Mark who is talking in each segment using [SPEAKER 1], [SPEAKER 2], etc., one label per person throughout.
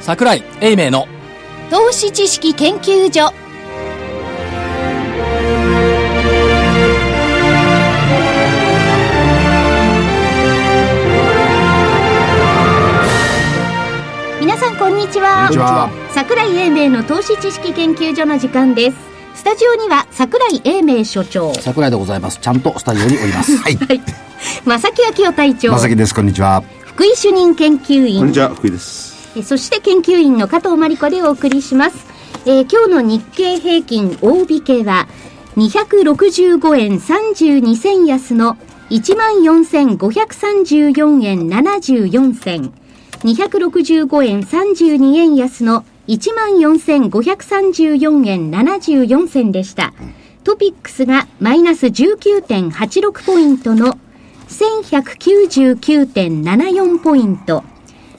[SPEAKER 1] 桜井英明の
[SPEAKER 2] 投資知識研究所皆さんこんにちは
[SPEAKER 3] こんにちは
[SPEAKER 2] 桜井英明の投資知識研究所の時間ですスタジオには桜井英明所長
[SPEAKER 1] 桜井でございますちゃんとスタジオにおります
[SPEAKER 3] はい。
[SPEAKER 2] 正木昭夫隊長
[SPEAKER 3] まさきです、こんにちは。
[SPEAKER 2] 福井主任研究
[SPEAKER 4] こんに
[SPEAKER 2] 員
[SPEAKER 4] ちは、福井です。
[SPEAKER 2] えそして研究員の加藤真理子でお送りします、えー今日の日経平均大引けは265円32銭安の14,534円74銭265円32円安の14,534円74銭でした。トピックスがマイナス19.86ポイントの1199.74ポイント。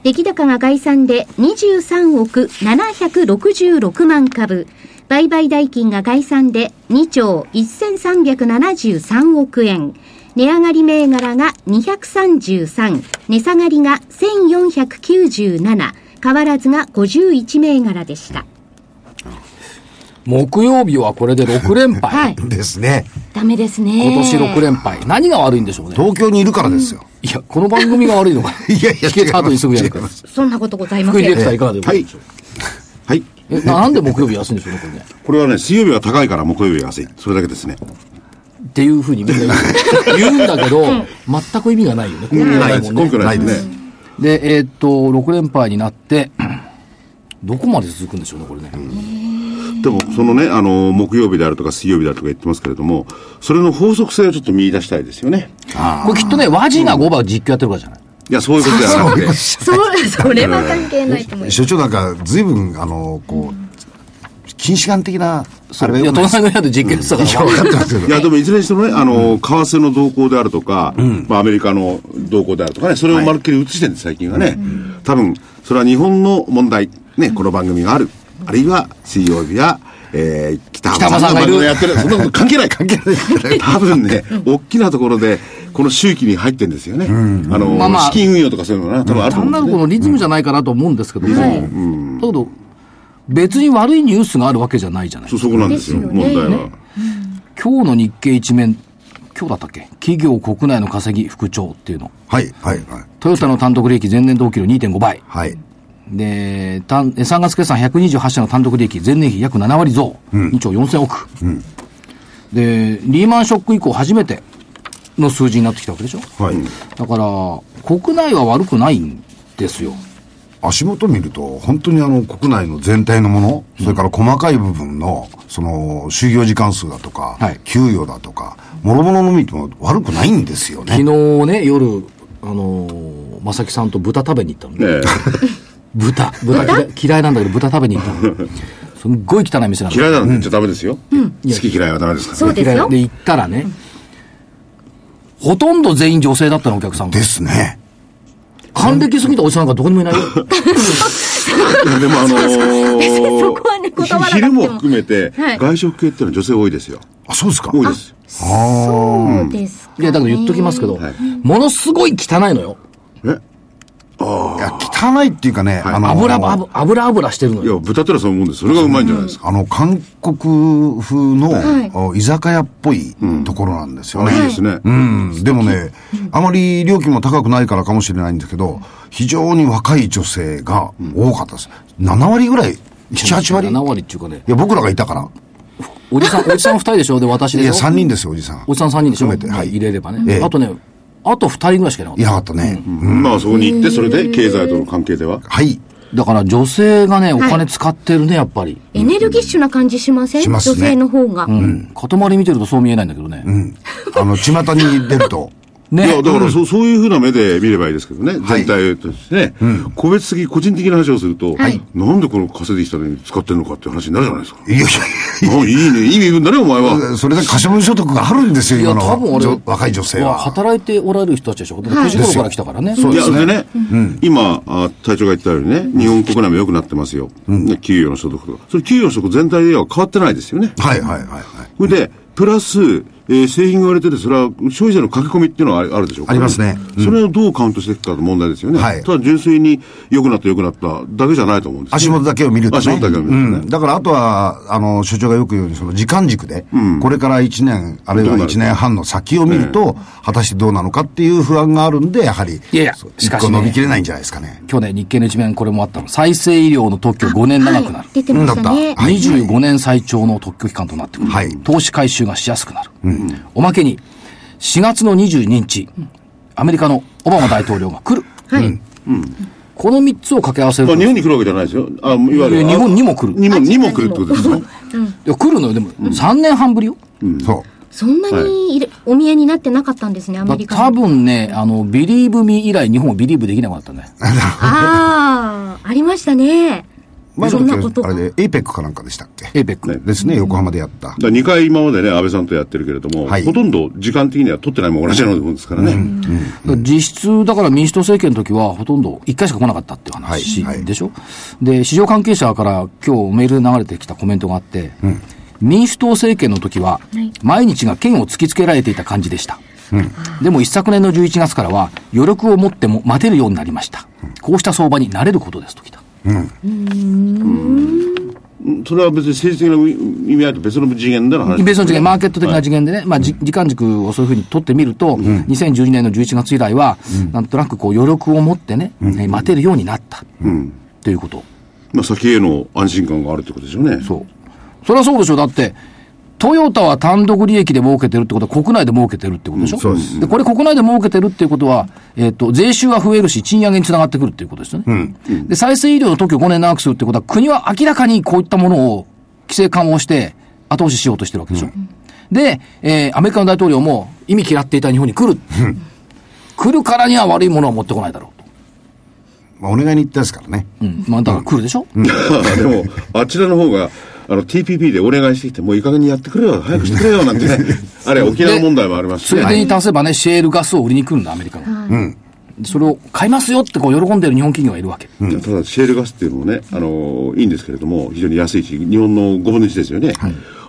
[SPEAKER 2] 出来高が概算で23億766万株。売買代金が概算で2兆1373億円。値上がり銘柄が233、値下がりが1497、変わらずが51銘柄でした。
[SPEAKER 1] 木曜日はこれで6連敗、
[SPEAKER 2] はい。
[SPEAKER 3] ですね。
[SPEAKER 2] ダメですね。
[SPEAKER 1] 今年6連敗何が悪いんでしょうね
[SPEAKER 3] 東京にいるからですよ。
[SPEAKER 1] いやこの番組が悪いのか
[SPEAKER 3] いやいや
[SPEAKER 1] 聞けた後にすぐやるから
[SPEAKER 3] 違いま
[SPEAKER 2] そんなことございま
[SPEAKER 1] 福
[SPEAKER 2] せ
[SPEAKER 1] 井ディレクター
[SPEAKER 2] ん。
[SPEAKER 1] いかがでございましょう、
[SPEAKER 4] はい。
[SPEAKER 1] えなんで木曜日休んでしょうねこれね
[SPEAKER 4] これはね、水曜日は高いから木曜日は安い。それだけですね。
[SPEAKER 1] っていうふうにみんな言う言うんだけど、全く意味がないよね。
[SPEAKER 4] ないです。
[SPEAKER 1] もん
[SPEAKER 4] 根拠
[SPEAKER 1] ね。
[SPEAKER 4] ないですね。
[SPEAKER 1] で、えーっと、6連敗になって、 どこまで続くんでしょうね、これね。
[SPEAKER 4] でも、そのね、あの、木曜日であるとか水曜日であるとか言ってますけれども、それの法則性をちょっと見出したいですよね。
[SPEAKER 1] これきっとね、和人が5番実況やってるからじゃない。
[SPEAKER 4] いや、そういうことじゃなくて。
[SPEAKER 2] そう、それは関係ないと思います
[SPEAKER 3] す。所長なんか、随分、あの、こう、近視眼的な、あれはいよ
[SPEAKER 1] や、
[SPEAKER 3] くない。
[SPEAKER 1] 隣の部屋で実況やってたか
[SPEAKER 3] いや、
[SPEAKER 1] ら。
[SPEAKER 3] 分かってますけ
[SPEAKER 4] い
[SPEAKER 3] ど。
[SPEAKER 4] や、でもいずれにしてもね、あの、為替の動向であるとか、まあ、アメリカの動向であるとかね、それをまるっきり映してるんです、最近はね。多分、それは日本の問題、ね、この番組がある。あるいは、水曜日や、えー、北
[SPEAKER 1] 北
[SPEAKER 4] 浜
[SPEAKER 1] 浜さ
[SPEAKER 4] さ
[SPEAKER 1] んが
[SPEAKER 4] んが
[SPEAKER 1] いる
[SPEAKER 4] やってる。そんなこと関係ない。関係ない。 多分ね、大きなところで、この周期に入ってるんですよね。あの、
[SPEAKER 1] まあまあ
[SPEAKER 4] 資金運用とかそういうのがな、多分あると
[SPEAKER 1] 単
[SPEAKER 4] 思
[SPEAKER 1] な
[SPEAKER 4] うん
[SPEAKER 1] る
[SPEAKER 4] で
[SPEAKER 1] こ
[SPEAKER 4] すね。
[SPEAKER 1] のリズムじゃないかなと思うんですけども、だけど、別に悪いニュースがあるわけじゃないじゃない
[SPEAKER 4] そ。そこなんですよ、
[SPEAKER 2] ですよ
[SPEAKER 4] 問
[SPEAKER 2] ね
[SPEAKER 4] 題は。
[SPEAKER 1] 今日の日経一面、今日だったっけ企業国内の稼ぎ副長っていうの。
[SPEAKER 3] はい、はい、はい。
[SPEAKER 1] トヨタの単独利益前年同期の2.5倍。
[SPEAKER 3] はい。
[SPEAKER 1] で、単え3月決算128社の単独利益、前年比約7割増、2兆4000億、で、リーマンショック以降初めての数字になってきたわけでしょ。
[SPEAKER 3] はい。
[SPEAKER 1] だから、国内は悪くないんですよ。
[SPEAKER 3] 足元見ると、本当にあの、国内の全体のもの、それから細かい部分の、その、就業時間数だとか
[SPEAKER 1] はい、
[SPEAKER 3] 給与だとか、諸々の見ても悪くないんですよね。
[SPEAKER 1] 昨日ね、夜、あのー、正木さんと豚食べに行ったのね。
[SPEAKER 4] え
[SPEAKER 1] 豚、豚嫌い嫌いなんだけど豚食べに行ったの。すんごい汚い店な
[SPEAKER 4] え
[SPEAKER 1] の。
[SPEAKER 4] 嫌いなの言っちゃダメですよ。好き嫌いはダメですからね
[SPEAKER 2] そうですよ
[SPEAKER 1] で行ったらね、ほとんど全員女性だったの、お客さんが
[SPEAKER 3] で。すね。
[SPEAKER 1] 還暦過ぎたおじさんがどこにもい ないよ。
[SPEAKER 4] でもあの
[SPEAKER 2] 別に
[SPEAKER 4] ー、
[SPEAKER 2] そこはね断らなくても
[SPEAKER 4] 昼も含めて、
[SPEAKER 2] はい
[SPEAKER 4] 外食系っていうのは女性多いですよ。
[SPEAKER 3] あ、そうですか。
[SPEAKER 4] 多いです。
[SPEAKER 2] そうですか、
[SPEAKER 1] い
[SPEAKER 2] ね。
[SPEAKER 1] や、だから言っときますけど、
[SPEAKER 4] はい
[SPEAKER 1] ものすごい汚いのよ。
[SPEAKER 4] え
[SPEAKER 3] いや、汚いっていうかね、あの、
[SPEAKER 1] 油ば、油油油してるの
[SPEAKER 4] い
[SPEAKER 1] よ。
[SPEAKER 4] や、豚ってのはそう思うんです。それがうまいんじゃないですか。
[SPEAKER 3] あの、韓国風の、
[SPEAKER 2] はい
[SPEAKER 3] お居酒屋っぽいところなんですよ
[SPEAKER 4] あ
[SPEAKER 3] ね。
[SPEAKER 4] いいですね。
[SPEAKER 3] うん、でもね、あまり料金も高くないからかもしれないんだけど、非常に若い女性が多かったです。7割ぐらい ?7、8割い
[SPEAKER 1] 7割っていうかね、
[SPEAKER 3] や、僕らがいたから。
[SPEAKER 1] おじさん、 おじさん2人でしょで、私で
[SPEAKER 3] い
[SPEAKER 1] し
[SPEAKER 3] や、
[SPEAKER 1] ょ
[SPEAKER 3] 3人ですよ、おじさん
[SPEAKER 1] お。じさん3人でしょ
[SPEAKER 3] 含めてはい
[SPEAKER 1] 入れればね、
[SPEAKER 3] ええ
[SPEAKER 1] あとね、あと2人ぐらいしかいなかっ
[SPEAKER 3] い
[SPEAKER 1] た。
[SPEAKER 3] なかったね。
[SPEAKER 4] まあ、そこに行って、それで経済との関係では。
[SPEAKER 3] はい。
[SPEAKER 1] だから女性がね、お
[SPEAKER 2] は
[SPEAKER 1] 金
[SPEAKER 2] い
[SPEAKER 1] 使ってるね、やっぱり。
[SPEAKER 2] エネルギッシュな感じしません
[SPEAKER 3] しますね
[SPEAKER 2] 女性の方が。
[SPEAKER 1] うん。塊見てるとそう見えないんだけどね。
[SPEAKER 3] あの、巷に出ると。
[SPEAKER 4] い
[SPEAKER 1] ね
[SPEAKER 4] や、。だから、そう、そういうふうな目で見ればいいですけどね。全体としてね。個別的、個人的な話をすると、なんでこの稼いできたのに使ってるのかっていう話になるじゃな いですか。
[SPEAKER 3] いやいや
[SPEAKER 4] あいいね、いい身分だね、お前
[SPEAKER 3] い
[SPEAKER 4] は。
[SPEAKER 3] や、それで可処分所得があるんですよ、
[SPEAKER 1] いや、
[SPEAKER 3] 今
[SPEAKER 1] 多分
[SPEAKER 3] の
[SPEAKER 1] 俺
[SPEAKER 3] 女、若い女性
[SPEAKER 1] まあ
[SPEAKER 3] は。
[SPEAKER 1] 働いておられる人たちでしょ。でも9時頃から来たからね。
[SPEAKER 4] いや、でね、今、あ隊長が言ったようにね、日本国内も良くなってますよ。ね給与の所得とか。それ給与の所得全体では変わってないですよね。
[SPEAKER 3] はいはいはいはい。
[SPEAKER 4] それで、プラス、えー製品が売れてて、それは消費者の駆け込みっていうのはあるあるでしょうか、
[SPEAKER 3] ありますねうん
[SPEAKER 4] それをどうカウントしていくかの問題ですよね。
[SPEAKER 3] はい
[SPEAKER 4] ただ純粋に良くなった良くなっただけじゃないと思うんです、ね、
[SPEAKER 3] 足元だけを見るとね。
[SPEAKER 4] 足元だけを見るとね
[SPEAKER 3] うんだからあとは、あの、所長がよく言うように、その時間軸で、これから1年、あるいは1年半の先を見ると、果たしてどうなのかっていう不安があるんで、やはり、
[SPEAKER 1] いやいや
[SPEAKER 3] そう
[SPEAKER 1] しかし
[SPEAKER 3] 一個
[SPEAKER 1] ね
[SPEAKER 3] 伸びきれないんじゃないですかね。
[SPEAKER 1] 去年日経の一面これもあったの。再生医療の特許5年長くな
[SPEAKER 5] はい
[SPEAKER 1] る。
[SPEAKER 5] 出てましたね
[SPEAKER 3] うんだった。はい
[SPEAKER 1] 25年最長の特許期間となってくる。
[SPEAKER 3] はい
[SPEAKER 1] 投資回収がしやすくなる。おまけに、4月の22日、アメリカのオバマ大統領が来る。
[SPEAKER 5] はい。
[SPEAKER 1] この3つを掛け合わせる
[SPEAKER 4] まあ
[SPEAKER 1] と。
[SPEAKER 4] 日本に来るわけじゃないですよ。あいわゆ
[SPEAKER 1] い
[SPEAKER 4] る
[SPEAKER 1] や日本にも来る
[SPEAKER 4] 日本にも
[SPEAKER 5] あ
[SPEAKER 4] 来るってことですよ。
[SPEAKER 1] いや来るのよ、でも、3年半ぶりよ。
[SPEAKER 3] そ
[SPEAKER 5] そんなにいれお見えになってなかったんですね、アメリカ
[SPEAKER 1] 多
[SPEAKER 5] に。
[SPEAKER 1] 分ね、あの、ビリーブミ以来日本をビリーブできなかったね。
[SPEAKER 5] ああ、ありましたね。
[SPEAKER 3] う。前
[SPEAKER 5] そんなこと
[SPEAKER 3] あ
[SPEAKER 5] か。
[SPEAKER 3] れで、エイペックかなんかでしたっけ
[SPEAKER 1] エイペック。
[SPEAKER 3] ですね、横浜でやった。
[SPEAKER 4] だ2回今までね、安倍さんとやってるけれども、
[SPEAKER 3] はい
[SPEAKER 4] ほとんど時間的には取ってないもん同じようなもんですからね。
[SPEAKER 1] 実質、だから民主党政権の時はほとんど1回しか来なかったっていう話
[SPEAKER 3] はいはい
[SPEAKER 1] でしょ、で、市場関係者から今日メールで流れてきたコメントがあって、民主党政権の時は
[SPEAKER 5] はい
[SPEAKER 1] 毎日が剣を突きつけられていた感じでした。でも一昨年の11月からは余力を持っても待てるようになりました。こうした相場に慣れることですときた。
[SPEAKER 4] うんそれは別に政治的な意味合いと別の次元での話ですね。
[SPEAKER 1] 別の次元、マーケット的な次元でね、まあ、じ時間軸をそういうふうに取ってみると、2012年の11月以来は、なんとなくこう余力を持ってね、え待てるようになった、ということ。
[SPEAKER 4] まあ、先への安心感があるってことですよね。
[SPEAKER 1] そう。それはそうでしょ。だって、トヨタは単独利益で儲けてるってことは国内で儲けてるってことでしょ、
[SPEAKER 3] うんそうです
[SPEAKER 1] これ国内で儲けてるっていうことは、えっ、と、税収は増えるし、賃上げにつながってくるっていうことですよね。で、再生医療の特許5年長くするってことは、国は明らかにこういったものを規制緩和して、後押ししようとしてるわけでしょ、で、えーアメリカの大統領も意味嫌っていた日本に来る。来るからには悪いものは持ってこないだろうと。
[SPEAKER 3] まあ、お願いに行ったですからね。
[SPEAKER 1] うん。まあ、だから来るでしょ、
[SPEAKER 4] でも、あちらの方が、あの、TPP でお願いしてきて、もういい加減にやってくれよ、早くしてくれよ、なんて ね。あれ、沖縄問題もあります
[SPEAKER 1] つ
[SPEAKER 4] し
[SPEAKER 1] い
[SPEAKER 4] ね。
[SPEAKER 1] でに足せばね、シェールガスを売りに来るんだ、アメリカが。それを買いますよってこう喜んでる日本企業がいるわけ。
[SPEAKER 4] うんただ、シェールガスっていうのもね、あの、いいんですけれども、非常に安いし、日本の5分の1ですよね。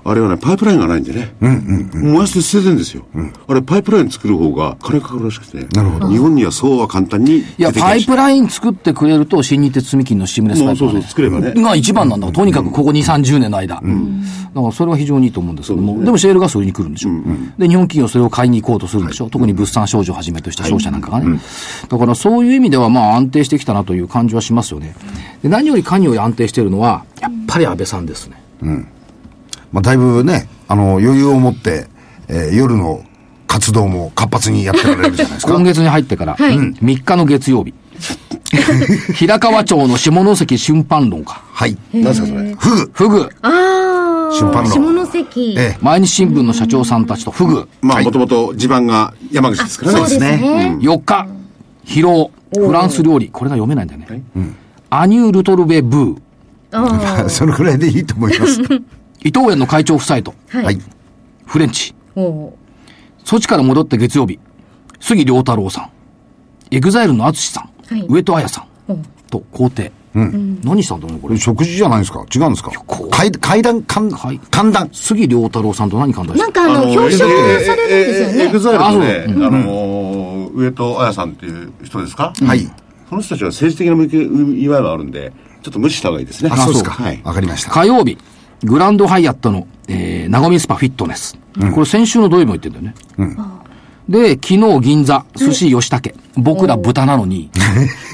[SPEAKER 4] あれはね、パイプラインがないんでね。燃やして捨ててんですよ。あれ、パイプライン作る方が金かかるらしくて。なるほど。日本にはそうは簡単に
[SPEAKER 1] いや、
[SPEAKER 4] 出てきな
[SPEAKER 1] パ
[SPEAKER 4] い
[SPEAKER 1] イ
[SPEAKER 4] し
[SPEAKER 1] プライン作ってくれると、新日鉄積み金のシームレスパ
[SPEAKER 4] も
[SPEAKER 1] イ
[SPEAKER 4] う
[SPEAKER 1] プ
[SPEAKER 4] そ
[SPEAKER 1] が
[SPEAKER 4] うそう、作ればね。
[SPEAKER 1] が一番なんだとにかくここ2、30年の間。だからそれは非常にいいと思うんですけども、でもシェールガスを売りに来るんでしょ。で、日本企業それを買いに行こうとするんでしょ。特に物産少女をはじめとした商社なんかがね。だからそういう意味ではまあ安定してきたなという感じはしますよね。で、何より何より安定しているのは、やっぱり安倍さんですね。
[SPEAKER 3] まあ、だいぶね、あの、余裕を持って、えー夜の活動も活発にやってられるじゃないですか。
[SPEAKER 1] 今月に入ってから、
[SPEAKER 5] はい
[SPEAKER 1] 3日の月曜日。 平川町の下関瞬間論か。
[SPEAKER 3] はい。
[SPEAKER 4] なんすか、それ。
[SPEAKER 3] フグ
[SPEAKER 1] フグ。
[SPEAKER 5] ああ、
[SPEAKER 3] 審判の
[SPEAKER 5] 下関。
[SPEAKER 3] ええ
[SPEAKER 1] 毎日新聞の社長さんたちとフグ。
[SPEAKER 4] まあ、もともと地盤が山口ですからね。
[SPEAKER 5] そうですね。
[SPEAKER 1] 4日、疲労。フランス料理。これが読めないんだよね。アニュー・ルトルベ・ブー。
[SPEAKER 5] あ
[SPEAKER 3] そのくらいでいいと思います。
[SPEAKER 1] 伊藤園の会長夫妻と、
[SPEAKER 5] あ、
[SPEAKER 3] は
[SPEAKER 5] はいい。。
[SPEAKER 1] フレンチ。
[SPEAKER 5] おう
[SPEAKER 1] ソチから戻って月曜日、杉良太郎さん、エグザイルの淳さん、
[SPEAKER 5] はい
[SPEAKER 1] 上戸彩さん、
[SPEAKER 5] おう
[SPEAKER 1] と皇帝。何したんだろうね、こ
[SPEAKER 3] これ
[SPEAKER 1] れ。
[SPEAKER 3] 食事じゃないんですか違うんですか
[SPEAKER 1] こう
[SPEAKER 3] 階階段、寒
[SPEAKER 1] 階
[SPEAKER 3] 寒暖。
[SPEAKER 1] 杉良太郎さんと何考えて
[SPEAKER 5] なんかあの、表彰されるんですよね。
[SPEAKER 4] エグザイル
[SPEAKER 1] あ
[SPEAKER 4] の
[SPEAKER 1] そう
[SPEAKER 4] ね、あのー、上戸彩さんっていう人ですか
[SPEAKER 3] はい。
[SPEAKER 4] その人たちは政治的な向き、いわゆるあるんで、ちょっと無視した方がいいですね。
[SPEAKER 3] あ、そうですか。
[SPEAKER 4] は
[SPEAKER 3] はい
[SPEAKER 4] い。。
[SPEAKER 3] わかりました。
[SPEAKER 1] 火曜日、グランドハイアットの、えー、ナゴミスパフィットネス。これ先週の土曜日も言ってんだよね。で、昨日銀座、寿司吉武。僕ら豚なのに、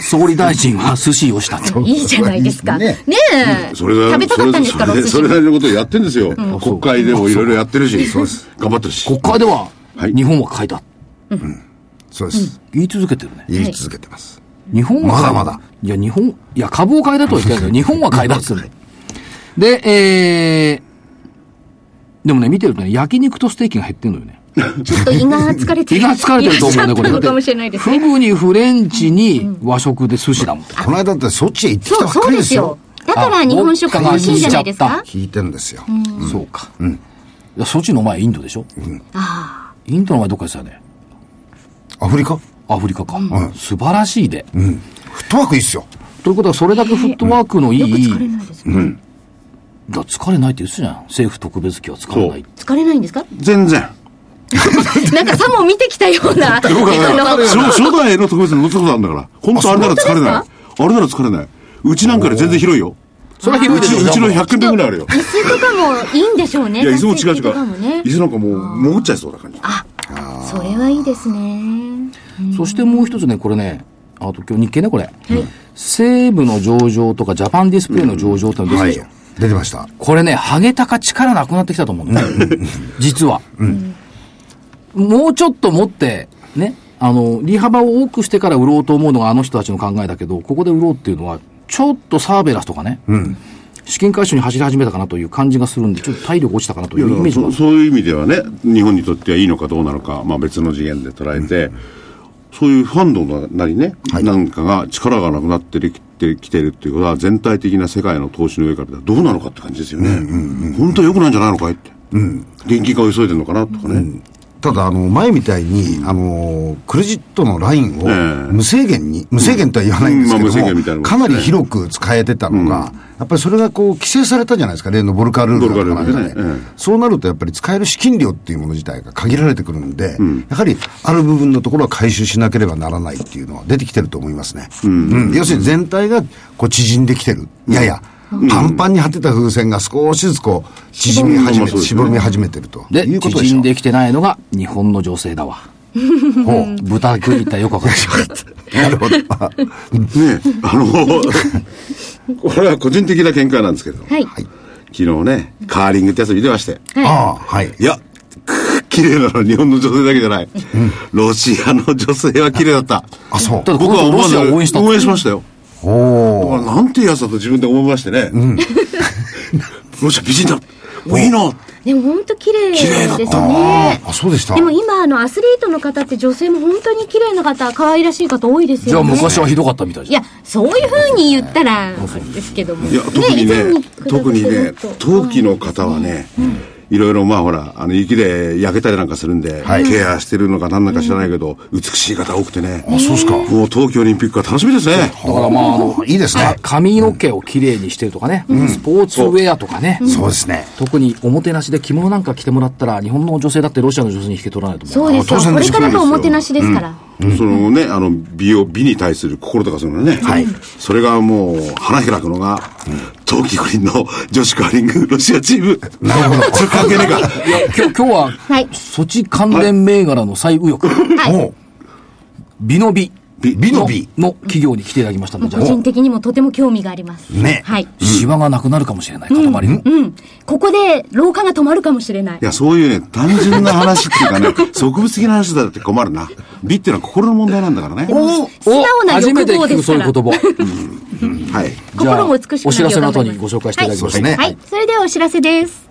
[SPEAKER 1] 総理大臣は寿司吉武。
[SPEAKER 5] いいじゃないですか。ね
[SPEAKER 3] ね
[SPEAKER 5] え。
[SPEAKER 4] それが
[SPEAKER 5] 食べたかったんですから、
[SPEAKER 4] そ
[SPEAKER 5] お
[SPEAKER 4] れ
[SPEAKER 5] 寿
[SPEAKER 4] そ
[SPEAKER 5] 司
[SPEAKER 4] れ。なりのことをやってんですよ。国会でもいろいろやってるし、頑張ってるし。
[SPEAKER 1] 国会では、
[SPEAKER 4] はい
[SPEAKER 1] 日本は買いだ。
[SPEAKER 3] そうです。
[SPEAKER 1] 言い続けてるね。
[SPEAKER 3] 言い続けてます。
[SPEAKER 1] 日本は買い
[SPEAKER 3] まだまだ。
[SPEAKER 1] いや、日本、いや、株を買いだとは言って ないけど、日本は買いだっつってんだよで、えー、でもね、見てるとね、焼肉とステーキが減ってんのよね。
[SPEAKER 5] ちょっと胃が疲れて
[SPEAKER 1] 胃が疲れてると思うね、これ。
[SPEAKER 5] いらっしゃったのかもしれな
[SPEAKER 1] だ
[SPEAKER 5] い
[SPEAKER 1] って
[SPEAKER 5] です
[SPEAKER 1] フ
[SPEAKER 5] ね。
[SPEAKER 1] グにフレンチに和食で寿司だもん。
[SPEAKER 3] この間だってそっちへ行ってき
[SPEAKER 5] そ
[SPEAKER 3] た
[SPEAKER 5] う、
[SPEAKER 3] ばっか
[SPEAKER 5] そう
[SPEAKER 3] り
[SPEAKER 5] で
[SPEAKER 3] ですすよ
[SPEAKER 5] よ。。だから日本食が美味しいんじゃないです
[SPEAKER 1] あ
[SPEAKER 5] か。
[SPEAKER 3] 聞いてるんですよ。
[SPEAKER 1] そうか。いや、ソチの前インドでしょ
[SPEAKER 5] あ
[SPEAKER 1] インドの前どっかですよね。
[SPEAKER 3] アフリカ
[SPEAKER 1] アフリカか。素晴らしいで。
[SPEAKER 3] フットワークいいっすよ。
[SPEAKER 1] ということは、それだけフットワークのい
[SPEAKER 5] あ、よく
[SPEAKER 1] い、
[SPEAKER 5] 疲れないですね。
[SPEAKER 1] だから疲れないって言ってたじゃん。政府特別機は疲れないって。
[SPEAKER 5] 疲れないんですか
[SPEAKER 4] 全然。
[SPEAKER 5] なんかさも見てきたような。あ
[SPEAKER 4] よく考えたら
[SPEAKER 5] の
[SPEAKER 4] 初初代の特別に乗ったことあるんだから。本当あれなら疲れない。あれなら疲れない。うちなんかより全然広いよ。
[SPEAKER 1] それは広
[SPEAKER 4] う
[SPEAKER 1] いで
[SPEAKER 4] ち、
[SPEAKER 1] しょ
[SPEAKER 4] うちの100分ぐらいあるよ。
[SPEAKER 5] 椅子とかもいいんでしょうね。
[SPEAKER 4] いや、椅子も違う違
[SPEAKER 5] 座席とかもね
[SPEAKER 4] う。椅子なんかもう潜っちゃいそうな感じ。
[SPEAKER 5] それはいいですね。
[SPEAKER 1] そしてもう一つね、これね、あと今日日経ね、これ。西武の上場とか、ジャパンディスプレイの上場ってのです
[SPEAKER 3] は
[SPEAKER 1] で
[SPEAKER 3] い
[SPEAKER 1] しょ。。
[SPEAKER 3] 出てました。
[SPEAKER 1] これね、ハゲタカ力なくなってきたと思うんだよ。実は。もうちょっと持って、ね、あの、利幅を多くしてから売ろうと思うのがあの人たちの考えだけど、ここで売ろうっていうのは、ちょっとサーベラスとかね、資金回収に走り始めたかなという感じがするんで、ちょっと体力落ちたかなというイメージがあ
[SPEAKER 4] そ
[SPEAKER 1] る。
[SPEAKER 4] そういう意味ではね、日本にとってはいいのかどうなのか、まあ、別の次元で捉えて、そういうファンドなりね、なんかが力がなくなってきてきてるっていうことは、全体的な世界の投資の上からではどうなのかって感じですよね。本当は良くないんじゃないのかいって。現金化を急いでるのかなとかね。
[SPEAKER 3] ただ、あの、前みたいに、あの、クレジットのラインを
[SPEAKER 4] ええ
[SPEAKER 3] 無制限に、無制限とは言わないんですけ
[SPEAKER 4] うんまあ無制限みた
[SPEAKER 3] ど
[SPEAKER 4] いな
[SPEAKER 3] も、
[SPEAKER 4] もんです
[SPEAKER 3] か
[SPEAKER 4] ね
[SPEAKER 3] なり広く使えてたのが、やっぱりそれがこう、規制されたじゃないですか、例のボルカルールだとかなんか
[SPEAKER 4] ボルカルールねえ
[SPEAKER 3] で
[SPEAKER 4] え。
[SPEAKER 3] そうなると、やっぱり使える資金量っていうもの自体が限られてくるんで、やはり、ある部分のところは回収しなければならないっていうのは出てきてると思いますね。うん要するに全体が、こう、縮んできてる。やや。パンパンに張ってた風船が少しずつこう、縮み始めて、
[SPEAKER 4] 絞
[SPEAKER 3] 絞
[SPEAKER 4] り
[SPEAKER 3] み始めてると。
[SPEAKER 1] で
[SPEAKER 3] いうことでし
[SPEAKER 1] 縮
[SPEAKER 3] ょ
[SPEAKER 1] ん
[SPEAKER 3] う。
[SPEAKER 1] できてないのが日本の女性 だわ。
[SPEAKER 3] ほう
[SPEAKER 1] 豚食いたよくわ かんない。
[SPEAKER 3] なるほ ど。
[SPEAKER 4] ねえ、あの、これは個人的な見解なんですけど、昨
[SPEAKER 5] はい。
[SPEAKER 4] 日ね、カーリングってやつ見てまして、
[SPEAKER 3] あ
[SPEAKER 5] は
[SPEAKER 3] あ、はい。
[SPEAKER 4] いや、く綺麗なのは日本の女性だけじゃない。ロシアの女性は綺麗だった。
[SPEAKER 3] あ、そう。
[SPEAKER 1] ただ、このロシアを応援した。
[SPEAKER 4] 応援しましたよ。
[SPEAKER 3] おお。
[SPEAKER 4] あなんていうやつだと自分で思いましてね。ロシア美人だ。もういいな。
[SPEAKER 5] い。でも本当綺麗
[SPEAKER 4] 綺麗だった
[SPEAKER 5] ですね。
[SPEAKER 3] あ、そうでした。
[SPEAKER 5] でも今あのアスリートの方って女性も本当に綺麗な方、可愛らしい方多いです
[SPEAKER 1] じゃあ
[SPEAKER 5] よね。
[SPEAKER 1] 昔はひどかったみたい
[SPEAKER 5] い
[SPEAKER 1] じゃん。
[SPEAKER 5] や、そういうふうに言ったら、ですけども。
[SPEAKER 4] いや、特に
[SPEAKER 5] 以前
[SPEAKER 4] ね
[SPEAKER 5] 比、べて
[SPEAKER 4] 特に
[SPEAKER 5] も
[SPEAKER 4] ね
[SPEAKER 5] っと、
[SPEAKER 4] 冬季の方はね、いろいろまあほら、あの雪で焼けたりなんかするんで、ケアしてるのか何なんか知らないけど、美しい方多くてね。
[SPEAKER 3] あ、そうっすか。
[SPEAKER 4] もう冬季オリンピックは楽しみですね。
[SPEAKER 1] だからまあ、あの、
[SPEAKER 3] いいですね。
[SPEAKER 1] 髪の毛をきれいにしてるとかね、スポーツウェアとかね、
[SPEAKER 3] そうですね。
[SPEAKER 1] 特におもてなしで着物なんか着てもらったら、日本の女性だってロシアの女性に引け取らないと思
[SPEAKER 5] そう
[SPEAKER 1] う。
[SPEAKER 5] ですよ。
[SPEAKER 3] 当然で
[SPEAKER 5] これ
[SPEAKER 3] す
[SPEAKER 5] からがおもてなしですから。
[SPEAKER 4] そのね、あの、美容、美に対する心とかそのね、それがもう、花開くのが、冬季五輪の女子カーリングロシアチーム。なるほど。それ関係ねえか。
[SPEAKER 1] いや、今日、今日は、
[SPEAKER 5] はい。
[SPEAKER 1] 措置関連銘柄の最右翼、
[SPEAKER 5] はい。
[SPEAKER 3] お
[SPEAKER 1] 美の美
[SPEAKER 3] 美美の美
[SPEAKER 1] の企業に来ていただきましたので、じゃ
[SPEAKER 5] 個
[SPEAKER 1] あ、
[SPEAKER 5] 人的にもとても興味があります。
[SPEAKER 3] ね
[SPEAKER 5] はい。
[SPEAKER 1] シワがなくなるかもしれない、塊の。
[SPEAKER 5] うん。ここで老化が止まるかもしれない
[SPEAKER 4] い。や、そういうね、単純な話っていうかね、植物的な話だって困るな。美ってのは心の問題なんだからね。
[SPEAKER 1] お
[SPEAKER 5] 素直な
[SPEAKER 1] 初
[SPEAKER 5] 欲望ですから
[SPEAKER 1] めて聞くそういう言葉。
[SPEAKER 4] はい。
[SPEAKER 1] じゃあ
[SPEAKER 5] 心も美しくなるよう
[SPEAKER 1] お知らせの後にご紹介していただきましょう。
[SPEAKER 3] ね
[SPEAKER 5] はい。それではお知らせです。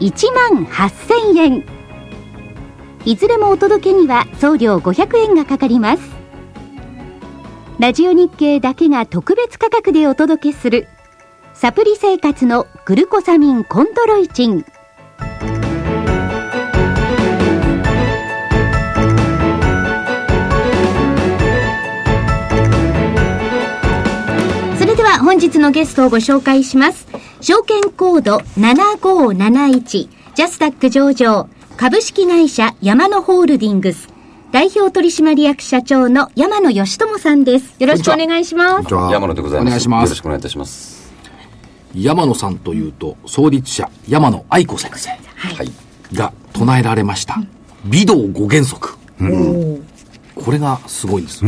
[SPEAKER 5] 1万8000円いずれもお届けには送料500円がかかりますラジオ日経だけが特別価格でお届けするサプリ生活のグルコサミンコンドロイチンそれでは本日のゲストをご紹介します。証券コード7571ジャスダック上場株式会社山野ホールディングス代表取締役社長の山野義智さんです。よろしくお願いします。
[SPEAKER 3] じゃあ
[SPEAKER 6] 山野でございます。
[SPEAKER 1] お願いします
[SPEAKER 6] よろしくお願いいたします。
[SPEAKER 1] 山野さんというと、創立者、山野愛子先生
[SPEAKER 6] はい。
[SPEAKER 1] が唱えられました、美道五原則。これがすごいんです。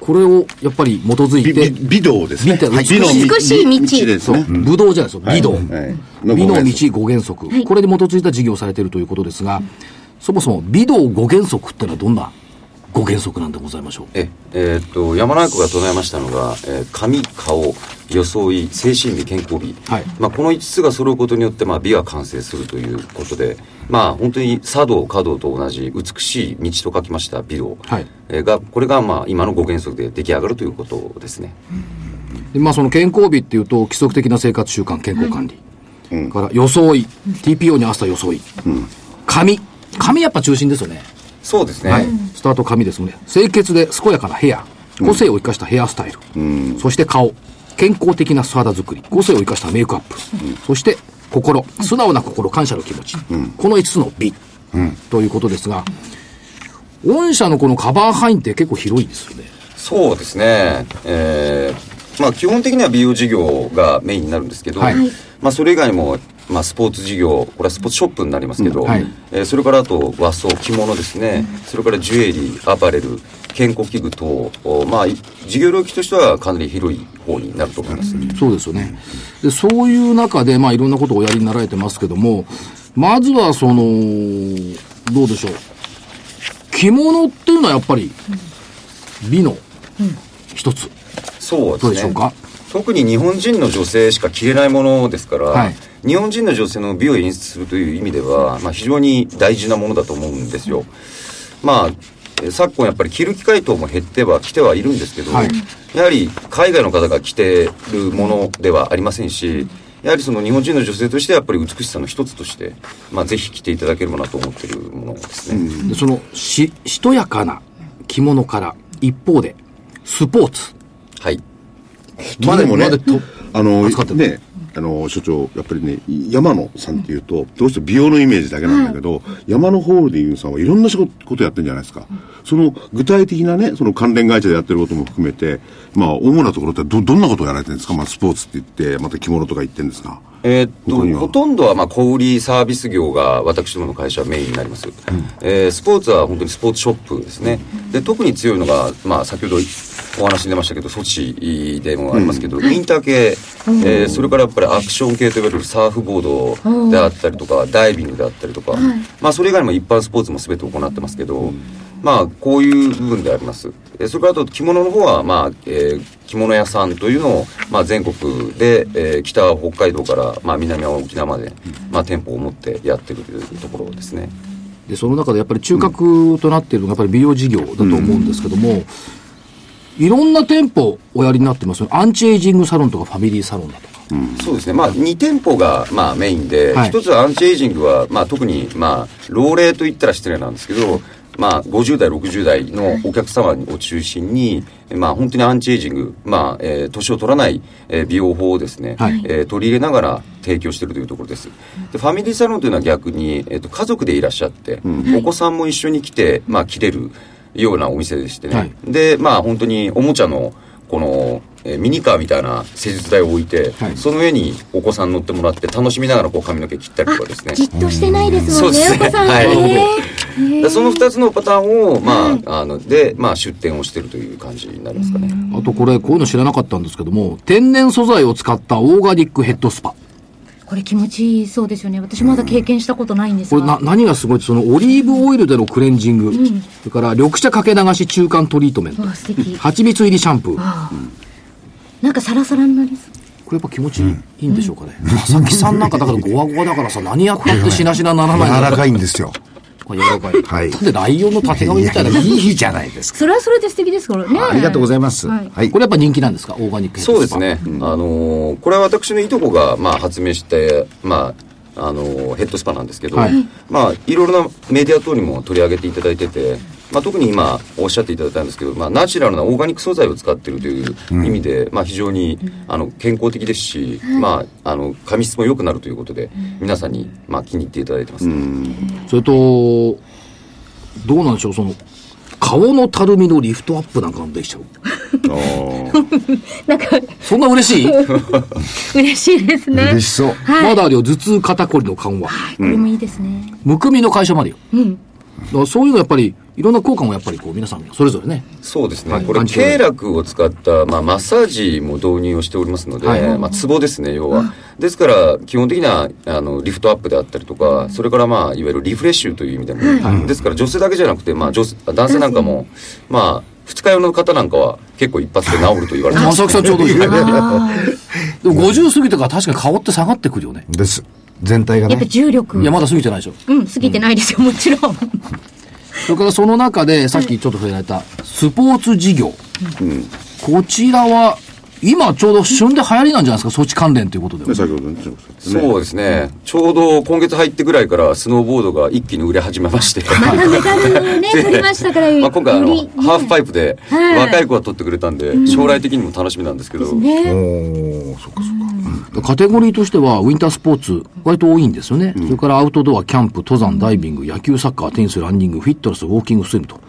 [SPEAKER 1] これをやっぱり基づい
[SPEAKER 4] び
[SPEAKER 1] て
[SPEAKER 4] び、微動ですね。
[SPEAKER 1] 微動
[SPEAKER 4] はい
[SPEAKER 1] 美
[SPEAKER 5] しい
[SPEAKER 4] 微
[SPEAKER 5] 道
[SPEAKER 4] です
[SPEAKER 1] そう
[SPEAKER 4] ね。、
[SPEAKER 1] 武道じゃないですよ、
[SPEAKER 4] はい
[SPEAKER 1] 美道。
[SPEAKER 4] はい
[SPEAKER 1] 美の道五原則、
[SPEAKER 5] い
[SPEAKER 1] これで基づいた事業をされているということですが、そもそも美道五原則ってのはどんな五原則なんでございましょう
[SPEAKER 6] え、えーっと、山中が唱えましたのが、えー髪、顔、装い、精神美、健康美。
[SPEAKER 1] はい
[SPEAKER 6] まあ、この5つが揃うことによって、まあ、美が完成するということで、まあ、本当に茶道、華道と同じ美しい道と書きました美道。
[SPEAKER 1] はい
[SPEAKER 6] えーが、これが、まあ、今の5原則で出来上がるということですね。
[SPEAKER 1] でまあ、その健康美っていうと、規則的な生活習慣、健康管理、から装い、TPO に合わせた装い、髪、髪やっぱ中心ですよね、
[SPEAKER 6] そうですね。
[SPEAKER 1] はい、スタート髪ですもんね、清潔で健やかなヘア、個性を生かしたヘアスタイル、そして顔、健康的な素肌作り、個性を生かしたメイクアップ、そして心、素直な心、感謝の気持ち、この5つの美、ということですが、御社のこのカバー範囲って結構広いですよね。
[SPEAKER 6] そうですね、えーまあ、基本的には美容事業がメインになるんですけど、
[SPEAKER 1] はい
[SPEAKER 6] まあ、それ以外にも、まあ、スポーツ事業これはスポーツショップになりますけど、
[SPEAKER 1] うんはい
[SPEAKER 6] えーそれからあと和装着物ですね、それからジュエリーアパレル健康器具等、おまあ、い事業領域としてはかなり広い方になると思います、
[SPEAKER 1] そうですよね。で、そういう中で、まあ、いろんなことをおやりになられてますけども、まずは、その、どうでしょう。着物っていうのはやっぱり、美の一つ。
[SPEAKER 6] そうです
[SPEAKER 1] どう
[SPEAKER 6] ね
[SPEAKER 1] でしょうか
[SPEAKER 6] 特に日本人の女性しか着れないものですから、
[SPEAKER 1] はい
[SPEAKER 6] 日本人の女性の美を演出するという意味では、まあ、非常に大事なものだと思うんですよ。まあえー昨今やっぱり着る機会等も減ってはきてはいるんですけど、
[SPEAKER 1] はい
[SPEAKER 6] やはり海外の方が着てるものではありませんしやはりその日本人の女性としてやっぱり美しさの一つとして、まあ、ぜひ着ていただければなと思ってるものですね。
[SPEAKER 1] で、その、し、しとやかな着物から、一方で、スポーツ。
[SPEAKER 6] はい
[SPEAKER 4] まあでもね
[SPEAKER 1] まだと、
[SPEAKER 4] あの
[SPEAKER 1] 扱って、る
[SPEAKER 4] ね、あの、所長、やっぱりね、山野さんっていうと、どうしても美容のイメージだけなんだけど、山野ホールディングスさんはいろんな仕事ことやってるんじゃないですか。その具体的なね、その関連会社でやってることも含めて、まあ、主なところってど、どんなことをやられてるんですかまあ、スポーツって言って、また着物とか言ってるんですが。
[SPEAKER 6] えーっ
[SPEAKER 4] 他には
[SPEAKER 6] とほとんどはまあ小売りサービス業が私どもの会社はメインになります、えースポーツは本当にスポーツショップですねで特に強いのが、まあ、先ほどお話に出ましたけどソチでもありますけど、ウインター系、えーそれからやっぱりアクション系といわれるサーフボードであったりとかダイビングであったりとか、まあ、それ以外にも一般スポーツも全て行ってますけど、まあ、こういう部分であります。えーそれからあと着物の方は、まあえー着物屋さんというのを、まあ、全国で、えー北は北海道から、まあ、南は沖縄まで、まあ、店舗を持ってやってるというところですね。
[SPEAKER 1] で、その中でやっぱり中核となっているのが、やっぱり美容事業だと思うんですけども、いろんな店舗おやりになってますよねアンチエイジングサロンとかファミリーサロンだとか。
[SPEAKER 6] そうですね、まあ、2店舗が、まあ、メインで、
[SPEAKER 1] はい
[SPEAKER 6] 一つはアンチエイジングは、まあ、特に、まあ、老齢と言ったら失礼なんですけど、まあ、50代60代のお客様を中心に、まあ、本当にアンチエイジング、まあえー年を取らない、えー美容法をですね、
[SPEAKER 1] はい
[SPEAKER 6] えー取り入れながら提供しているというところですでファミリーサロンというのは逆に、えー、と家族でいらっしゃって、お子さんも一緒に来て、まあ、切れるようなお店でしてね、
[SPEAKER 1] はい
[SPEAKER 6] でまあ本当におもちゃのこの、えーミニカーみたいな施術台を置いて、
[SPEAKER 1] はい
[SPEAKER 6] その上にお子さん乗ってもらって楽しみながらこう髪の毛切ったり
[SPEAKER 5] あ
[SPEAKER 6] とかですね、
[SPEAKER 5] じっとしてないです
[SPEAKER 6] そ
[SPEAKER 5] も
[SPEAKER 6] うんで
[SPEAKER 5] ね、
[SPEAKER 6] す
[SPEAKER 5] お子
[SPEAKER 6] ね
[SPEAKER 5] さん
[SPEAKER 6] はい
[SPEAKER 5] ね。
[SPEAKER 6] でその2つのパターンを、まああので、まあ、出店をしてるという感じになりますかね、
[SPEAKER 1] あとこれ、こういうの知らなかったんですけども、天然素材を使ったオーガニックヘッドスパ。
[SPEAKER 2] これ気持ちいいそうですよね。私まだ経験したことないんです
[SPEAKER 1] こ
[SPEAKER 2] が。
[SPEAKER 1] れな、何がすごいって、そのオリーブオイルでのクレンジング、それから緑茶かけ流し中間トリートメント
[SPEAKER 2] う、わ素敵。
[SPEAKER 1] 蜂蜜入りシャンプー。
[SPEAKER 2] なんかサラサラになりそう。
[SPEAKER 1] これやっぱ気持ちいい,、んでしょうかね。佐々木さんなんかだからゴワゴワだからさ、何やったってしなしななら
[SPEAKER 3] 柔
[SPEAKER 1] ない。
[SPEAKER 3] らかいんですよ。
[SPEAKER 1] これ柔らかい。
[SPEAKER 3] はい
[SPEAKER 1] だってライオンの縦紙みたいな。
[SPEAKER 3] いやい
[SPEAKER 1] こ
[SPEAKER 3] いじゃないですか。
[SPEAKER 2] それはそれで素敵ですからね。
[SPEAKER 3] ありがとうございます。
[SPEAKER 2] はい
[SPEAKER 3] はい。
[SPEAKER 1] れやっぱ人気なんですかオーガニックヘッ
[SPEAKER 6] そう
[SPEAKER 1] ド
[SPEAKER 6] で
[SPEAKER 1] スパ。
[SPEAKER 6] す。ね、あのーこれは私のいとこが、まあ、発明して、まああのーヘッドスパなんですけど、
[SPEAKER 1] はい
[SPEAKER 6] いまあ、いろいろなメディア等にも取り上げていただいてて、まあ、特に今おっしゃっていただいたんですけど、まあ、ナチュラルなオーガニック素材を使っているという意味で、まあ、非常にあの健康的ですし、まあ、あの髪質も良くなるということで皆さんに、まあ、気に入っていただいてますね、
[SPEAKER 1] それと、どうなんでしょうその、顔のたるみのリフトアップなんかもできちゃう。
[SPEAKER 5] なんか、
[SPEAKER 1] そんな嬉しい
[SPEAKER 5] 嬉しいですね。
[SPEAKER 3] 嬉しそう。
[SPEAKER 5] はい。
[SPEAKER 1] まだあるよ、頭痛肩こりの緩和。
[SPEAKER 2] はい、これもいいですね。
[SPEAKER 1] むくみの解消までよ。だからそういうのやっぱり、いろんな効果もやっぱりこう皆さんそれぞれね。
[SPEAKER 6] そうですね、
[SPEAKER 1] はい
[SPEAKER 6] これ
[SPEAKER 1] 感じてる
[SPEAKER 6] 経絡を使った、まあ、マッサージも導入をしておりますので、
[SPEAKER 1] はい
[SPEAKER 6] まあ、ツボですね要はですから基本的なあのリフトアップであったりとかそれから、まあ、いわゆるリフレッシュという意味でも、ですから女性だけじゃなくて、まあ、女性男性なんかもまあ二日酔いの方なんかは結構一発で治ると言われてま
[SPEAKER 1] 浅
[SPEAKER 6] す
[SPEAKER 1] 木さんちょうどいい。でも50過ぎてから確かに顔って下がってくるよね。
[SPEAKER 3] です。全体が
[SPEAKER 2] やっぱ
[SPEAKER 3] ね。
[SPEAKER 2] 重力。
[SPEAKER 1] いや、まだ過ぎてないでしょ。
[SPEAKER 2] うん、過ぎてないですよ、もちろん。
[SPEAKER 1] それからその中で、さっきちょっと触れられた、スポーツ事業。こちらは、今ちょうど旬で流行りなんじゃないですか、措置関連ということでは
[SPEAKER 4] ね。先ほどねちょっとね
[SPEAKER 6] そうですね、ちょうど今月入ってぐらいからスノーボードが一気に売れ始めまして
[SPEAKER 2] またメダルね、取りましたから、
[SPEAKER 6] まあ、今回あの、
[SPEAKER 2] よりね
[SPEAKER 6] ハーフパイプで
[SPEAKER 2] はい
[SPEAKER 6] 若い子は取ってくれたんで、将来的にも楽しみなんですけど、
[SPEAKER 2] ね。
[SPEAKER 3] おーそっかそっか。
[SPEAKER 1] カテゴリーとしては、ウィンタースポーツ、割と多いんですよね。それからアウトドア、キャンプ、登山、ダイビング、野球、サッカー、テニス、ランニング、フィットネス、ウォーキング、スイムと、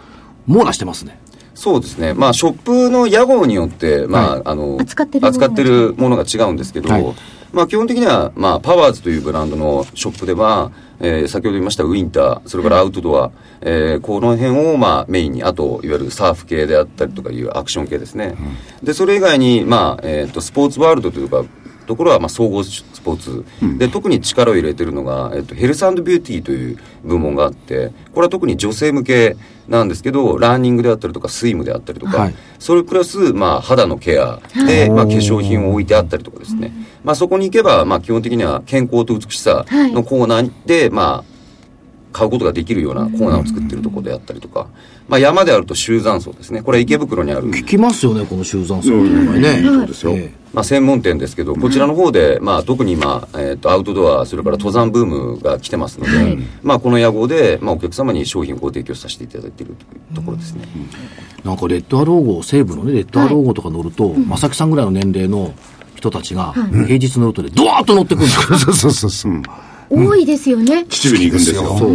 [SPEAKER 1] 網羅してますね。
[SPEAKER 6] そうですね、まあ、ショップの屋号によって、まああの
[SPEAKER 2] 扱ってるもの
[SPEAKER 6] 扱ってるものが違うんですけど、
[SPEAKER 1] はい
[SPEAKER 6] まあ、基本的には、まあ、パワーズというブランドのショップでは、えー先ほど言いましたウィンター、それからアウトドア、えーこの辺を、まあ、メインに、あと、いわゆるサーフ系であったりとかいうアクション系ですね。で、それ以外に、まあ、えっ、と、スポーツワールドというか、ところはまあ総合スポーツ、で特に力を入れてるのが、えっと、ヘルスビューティーという部門があってこれは特に女性向けなんですけどランニングであったりとかスイムであったりとか、
[SPEAKER 1] はい
[SPEAKER 6] それプラス、まあ、肌のケアで、まあ、化粧品を置いてあったりとかですね、まあ、そこに行けば、まあ、基本的には健康と美しさのコーナーで、まあ買うことができるようなコーナーを作ってるところであったりとか、まあ、山であると集山荘ですねこれは池袋にある
[SPEAKER 1] 聞きますよね、この集団層の名前ね。
[SPEAKER 4] そうですよ
[SPEAKER 1] え
[SPEAKER 6] まあ、専門店ですけど、こちらの方で、まあ、特に今、えっとアウトドア、それから登山ブームが来てますので、まあ、この野望で、まあ、お客様に商品をご提供させていただいているというところですね。
[SPEAKER 1] えなんかレッドアロー号、西部のね、レッドアロー号とか乗ると、正木さんぐらいの年齢の人たちが、平日乗るとね、ドワーッと乗ってくるんです よ。
[SPEAKER 3] そうそうそうそう。
[SPEAKER 2] 多いですよね。
[SPEAKER 4] 秩父に行くんですよ。
[SPEAKER 1] そう。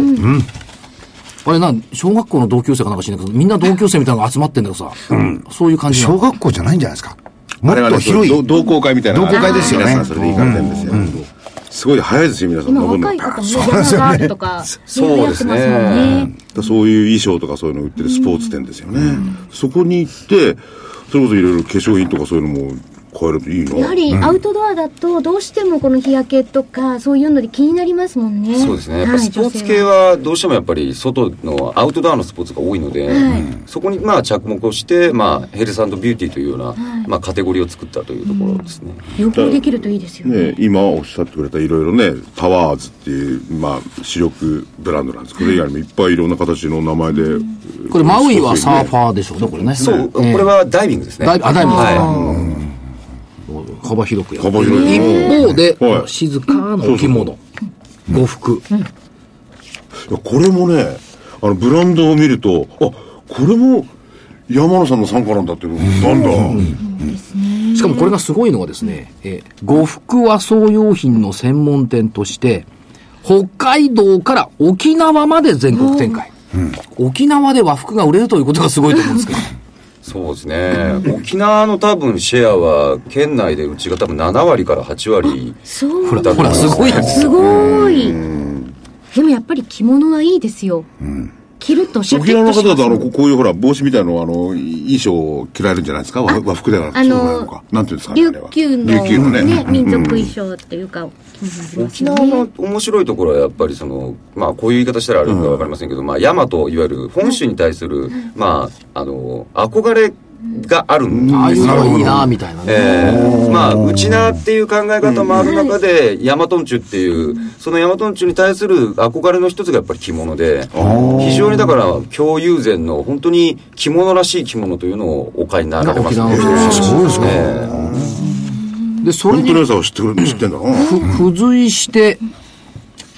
[SPEAKER 1] あれなん、小学校の同級生かなんか知んないけど、みんな同級生みたいなのが集まってんだけどさ、そういう感じな
[SPEAKER 3] 小
[SPEAKER 1] の。
[SPEAKER 3] 学校じゃないんじゃないですか。も
[SPEAKER 4] あ
[SPEAKER 3] っ
[SPEAKER 4] れは
[SPEAKER 3] と
[SPEAKER 4] ね、
[SPEAKER 3] 広い。
[SPEAKER 4] 同同好会みたいな。
[SPEAKER 3] 同好会ですよね
[SPEAKER 4] 皆さんそれで行かれてるんですよ。すごい早いですよ、皆さん。
[SPEAKER 2] 今
[SPEAKER 4] 登る
[SPEAKER 2] 若
[SPEAKER 4] の
[SPEAKER 2] い。方もね、山があるとか、
[SPEAKER 6] そう
[SPEAKER 2] ね
[SPEAKER 6] ですね
[SPEAKER 2] やってますもんね。
[SPEAKER 4] そういう衣装とかそういうの売ってるスポーツ店ですよね。そこに行って、それこそいろいろ化粧品とかそういうのも買えるといいな。
[SPEAKER 2] やはりアウトドアだとどうしてもこの日焼けとかそういうので気になりますもんね。
[SPEAKER 6] そうですね。やっぱスポーツ系
[SPEAKER 2] は
[SPEAKER 6] はどうしてもやっぱり外のアウトドアのスポーツが多いので、そこにまあ着目をして、まあヘルスビューティーというような、まあカテゴリーを作ったというところですね。
[SPEAKER 2] い。予防できるといいですよね。
[SPEAKER 4] ね、今おっしゃってくれたいろいろねパワーズっていう、まあ、主力ブランドなんですこれ以外にもいっぱいいろんな形の名前で、
[SPEAKER 1] これ、マウイはサーファーでしょうね、これね。
[SPEAKER 6] そう、こ
[SPEAKER 1] ええ
[SPEAKER 6] れはダイビングですね。
[SPEAKER 1] ダイあダイビングですか
[SPEAKER 6] はい
[SPEAKER 1] 幅広くやる
[SPEAKER 4] 幅広い
[SPEAKER 1] 一方で、
[SPEAKER 4] はい
[SPEAKER 1] 静かな置物呉服、
[SPEAKER 4] いやこれもねあのブランドを見るとあこれも山野さんの傘下なんだっていうのなんだ、
[SPEAKER 1] しかもこれがすごいのはですね、えー呉服和装用品の専門店として北海道から沖縄まで全国展開、沖縄で和服が売れるということがすごいと思うん ですけど
[SPEAKER 6] そうで すね。沖縄の多分シェアは、県内でうちが多分7割から8割。
[SPEAKER 2] そう
[SPEAKER 6] ほら
[SPEAKER 1] ほらすごいです
[SPEAKER 2] すごい。でもやっぱり着物はいいですよ。着るとシャキ
[SPEAKER 4] 沖
[SPEAKER 2] ッ
[SPEAKER 4] 縄
[SPEAKER 2] とします
[SPEAKER 4] の方だとあ
[SPEAKER 2] も
[SPEAKER 4] の
[SPEAKER 2] ん
[SPEAKER 4] ここういうほら帽子みたいなのあの衣装を着られるんじゃないですか和和服ではなくて
[SPEAKER 2] あ
[SPEAKER 4] そうなの
[SPEAKER 2] の
[SPEAKER 4] かなんていうんですかねあ
[SPEAKER 2] 琉
[SPEAKER 4] れは
[SPEAKER 2] 球の
[SPEAKER 4] 琉球のね
[SPEAKER 2] ね民族
[SPEAKER 4] うん
[SPEAKER 2] 衣装っていうか着物あります
[SPEAKER 6] 沖
[SPEAKER 2] よ
[SPEAKER 6] 縄
[SPEAKER 2] ね。
[SPEAKER 6] の面白いところはやっぱりその、まあこういう言い方したらあるのかわかりませんけど、まあ山といわゆる本州に対する、まあ、あの、憧れがあるんですよ
[SPEAKER 1] ああいうのがいいなみたいなね、
[SPEAKER 6] えーまあ、内縄っていう考え方もある中で、大和んちゅっていう、その大和んちゅに対する憧れの一つがやっぱり着物で、非常にだから、共有前の本当に着物らしい着物というのをお買いになられますね。
[SPEAKER 1] 沖縄の人
[SPEAKER 6] そうですね。
[SPEAKER 1] でそれ
[SPEAKER 4] 本当
[SPEAKER 1] に
[SPEAKER 4] の良さを知ってくれ知ってんだな
[SPEAKER 1] ふ付随して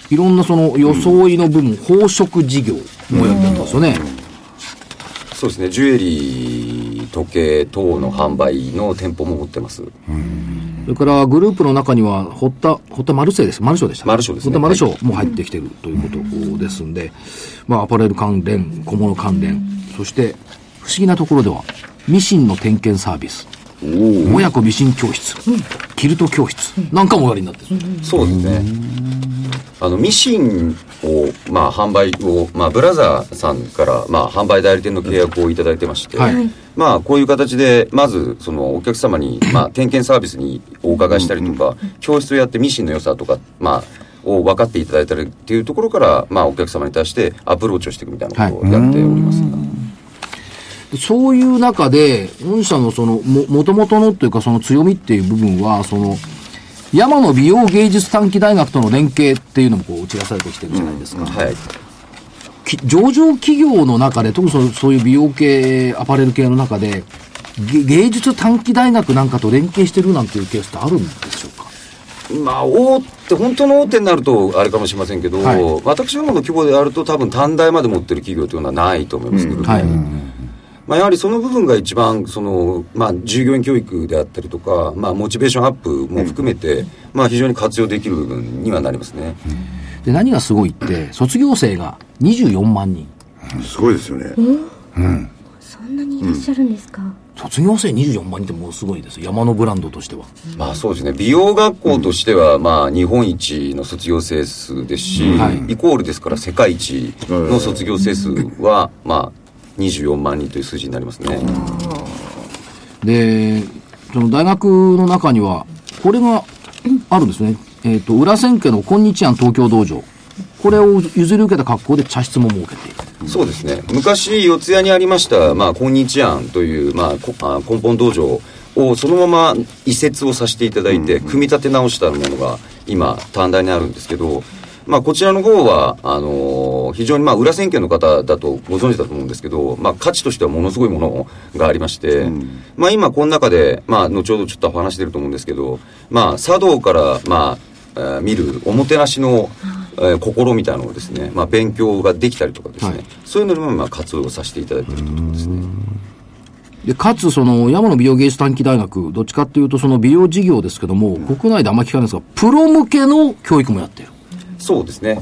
[SPEAKER 1] いろんなその装いの部分、宝飾事業もやってますよね、
[SPEAKER 6] そうですね。ジュエリー、時計等の販売の店舗も持ってます。
[SPEAKER 1] それからグループの中には、堀田、堀田マルセイです。マルショーでした。
[SPEAKER 6] マルショーですね
[SPEAKER 1] 堀田マルショーも入ってきてるということですんで、まあ、アパレル関連、小物関連、そして、不思議なところでは、ミシンの点検サービス、親子ミシン教室、キルト教室、なんかもおやりになってるんですよ。
[SPEAKER 6] そうですね。あのミシンを、まあ、販売を、まあ、ブラザーさんから、まあ、販売代理店の契約をいただいてまして、
[SPEAKER 1] はい
[SPEAKER 6] まあ、こういう形でまずそのお客様に、まあ、点検サービスにお伺いしたりとか、教室をやってミシンの良さとか、まあ、を分かっていただいたりっていうところから、まあ、お客様に対してアプローチをしていくみたいなことをやっております、
[SPEAKER 1] でそういう中で、御社のその、も、もともとのというかその強みっていう部分は、その、山野美容芸術短期大学との連携っていうのもこう打ち出されてきてるじゃないですか。
[SPEAKER 6] はい
[SPEAKER 1] き上場企業の中で、特にそのそういう美容系、アパレル系の中で、げ芸術短期大学なんかと連携してるなんていうケースってあるんでしょうか
[SPEAKER 6] まあ、大手、本当の大手になるとあれかもしれませんけど、
[SPEAKER 1] はい
[SPEAKER 6] 私どもの規模であると、多分短大まで持ってる企業というのはないと思いますけどね。
[SPEAKER 1] はい
[SPEAKER 6] まあ、やはりその部分が一番その、まあ、従業員教育であったりとか、まあ、モチベーションアップも含めて、まあ、非常に活用できる部分にはなりますね、
[SPEAKER 1] で、何がすごいって、卒業生が24万人。
[SPEAKER 4] すごいですよね。
[SPEAKER 2] そんなにいらっしゃるんですか、
[SPEAKER 1] 卒業生24万人ってもうすごいです。山のブランドとしては。
[SPEAKER 6] まあ、そうですね美容学校としては、まあ、日本一の卒業生数ですし、
[SPEAKER 1] はい
[SPEAKER 6] イコールですから世界一の卒業生数は、まあ、24万人という数字になりますね。
[SPEAKER 1] で、その大学の中には、これがあるんですね。えっ、と、裏千家の今日庵東京道場。これを譲り受けた格好で茶室も設けている。
[SPEAKER 6] そうですね昔四谷にありました「まあ、今日庵」という、まあ、こあ根本道場をそのまま移設をさせていただいて、組み立て直したものが今短大にあるんですけど、まあ、こちらの方はあのー非常に、まあ、裏選挙の方だとご存知だと思うんですけど、まあ、価値としてはものすごいものがありまして、まあ、今この中で、まあ、後ほどちょっとお話してると思うんですけど、まあ、茶道から、まあえー見るおもてなしの、えー心みたいなのをですね、まあ、勉強ができたりとかですね、
[SPEAKER 1] はい
[SPEAKER 6] そういうのにもまあ活用させていただいているということですね。
[SPEAKER 1] で、かつ、その、山野美容芸術短期大学、どっちかっていうと、その美容事業ですけども、国内であんまり聞かないんですが、プロ向けの教育もやってる。
[SPEAKER 6] そうですね。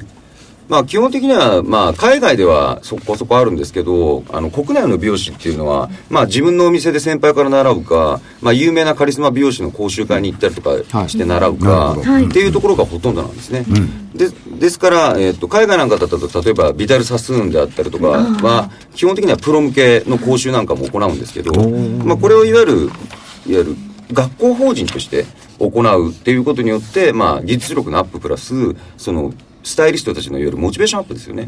[SPEAKER 6] まあ基本的には、まあ海外ではそこそこあるんですけど、あの国内の美容師っていうのは、まあ自分のお店で先輩から習うか、まあ有名なカリスマ美容師の講習会に行ったりと
[SPEAKER 1] は
[SPEAKER 6] か
[SPEAKER 1] い
[SPEAKER 6] して習うか、っていうところがほとんどなんですね。でですから、えっと海外なんかだと例えばビダル・サスーンであったりとかは、基本的にはプロ向けの講習なんかも行うんですけど、まあこれをいわゆる、いわゆる学校法人として行うっていうことによって、まあ、技術力のアッププラスそのスタイリストたちのいわゆるモチベーションアップですよね、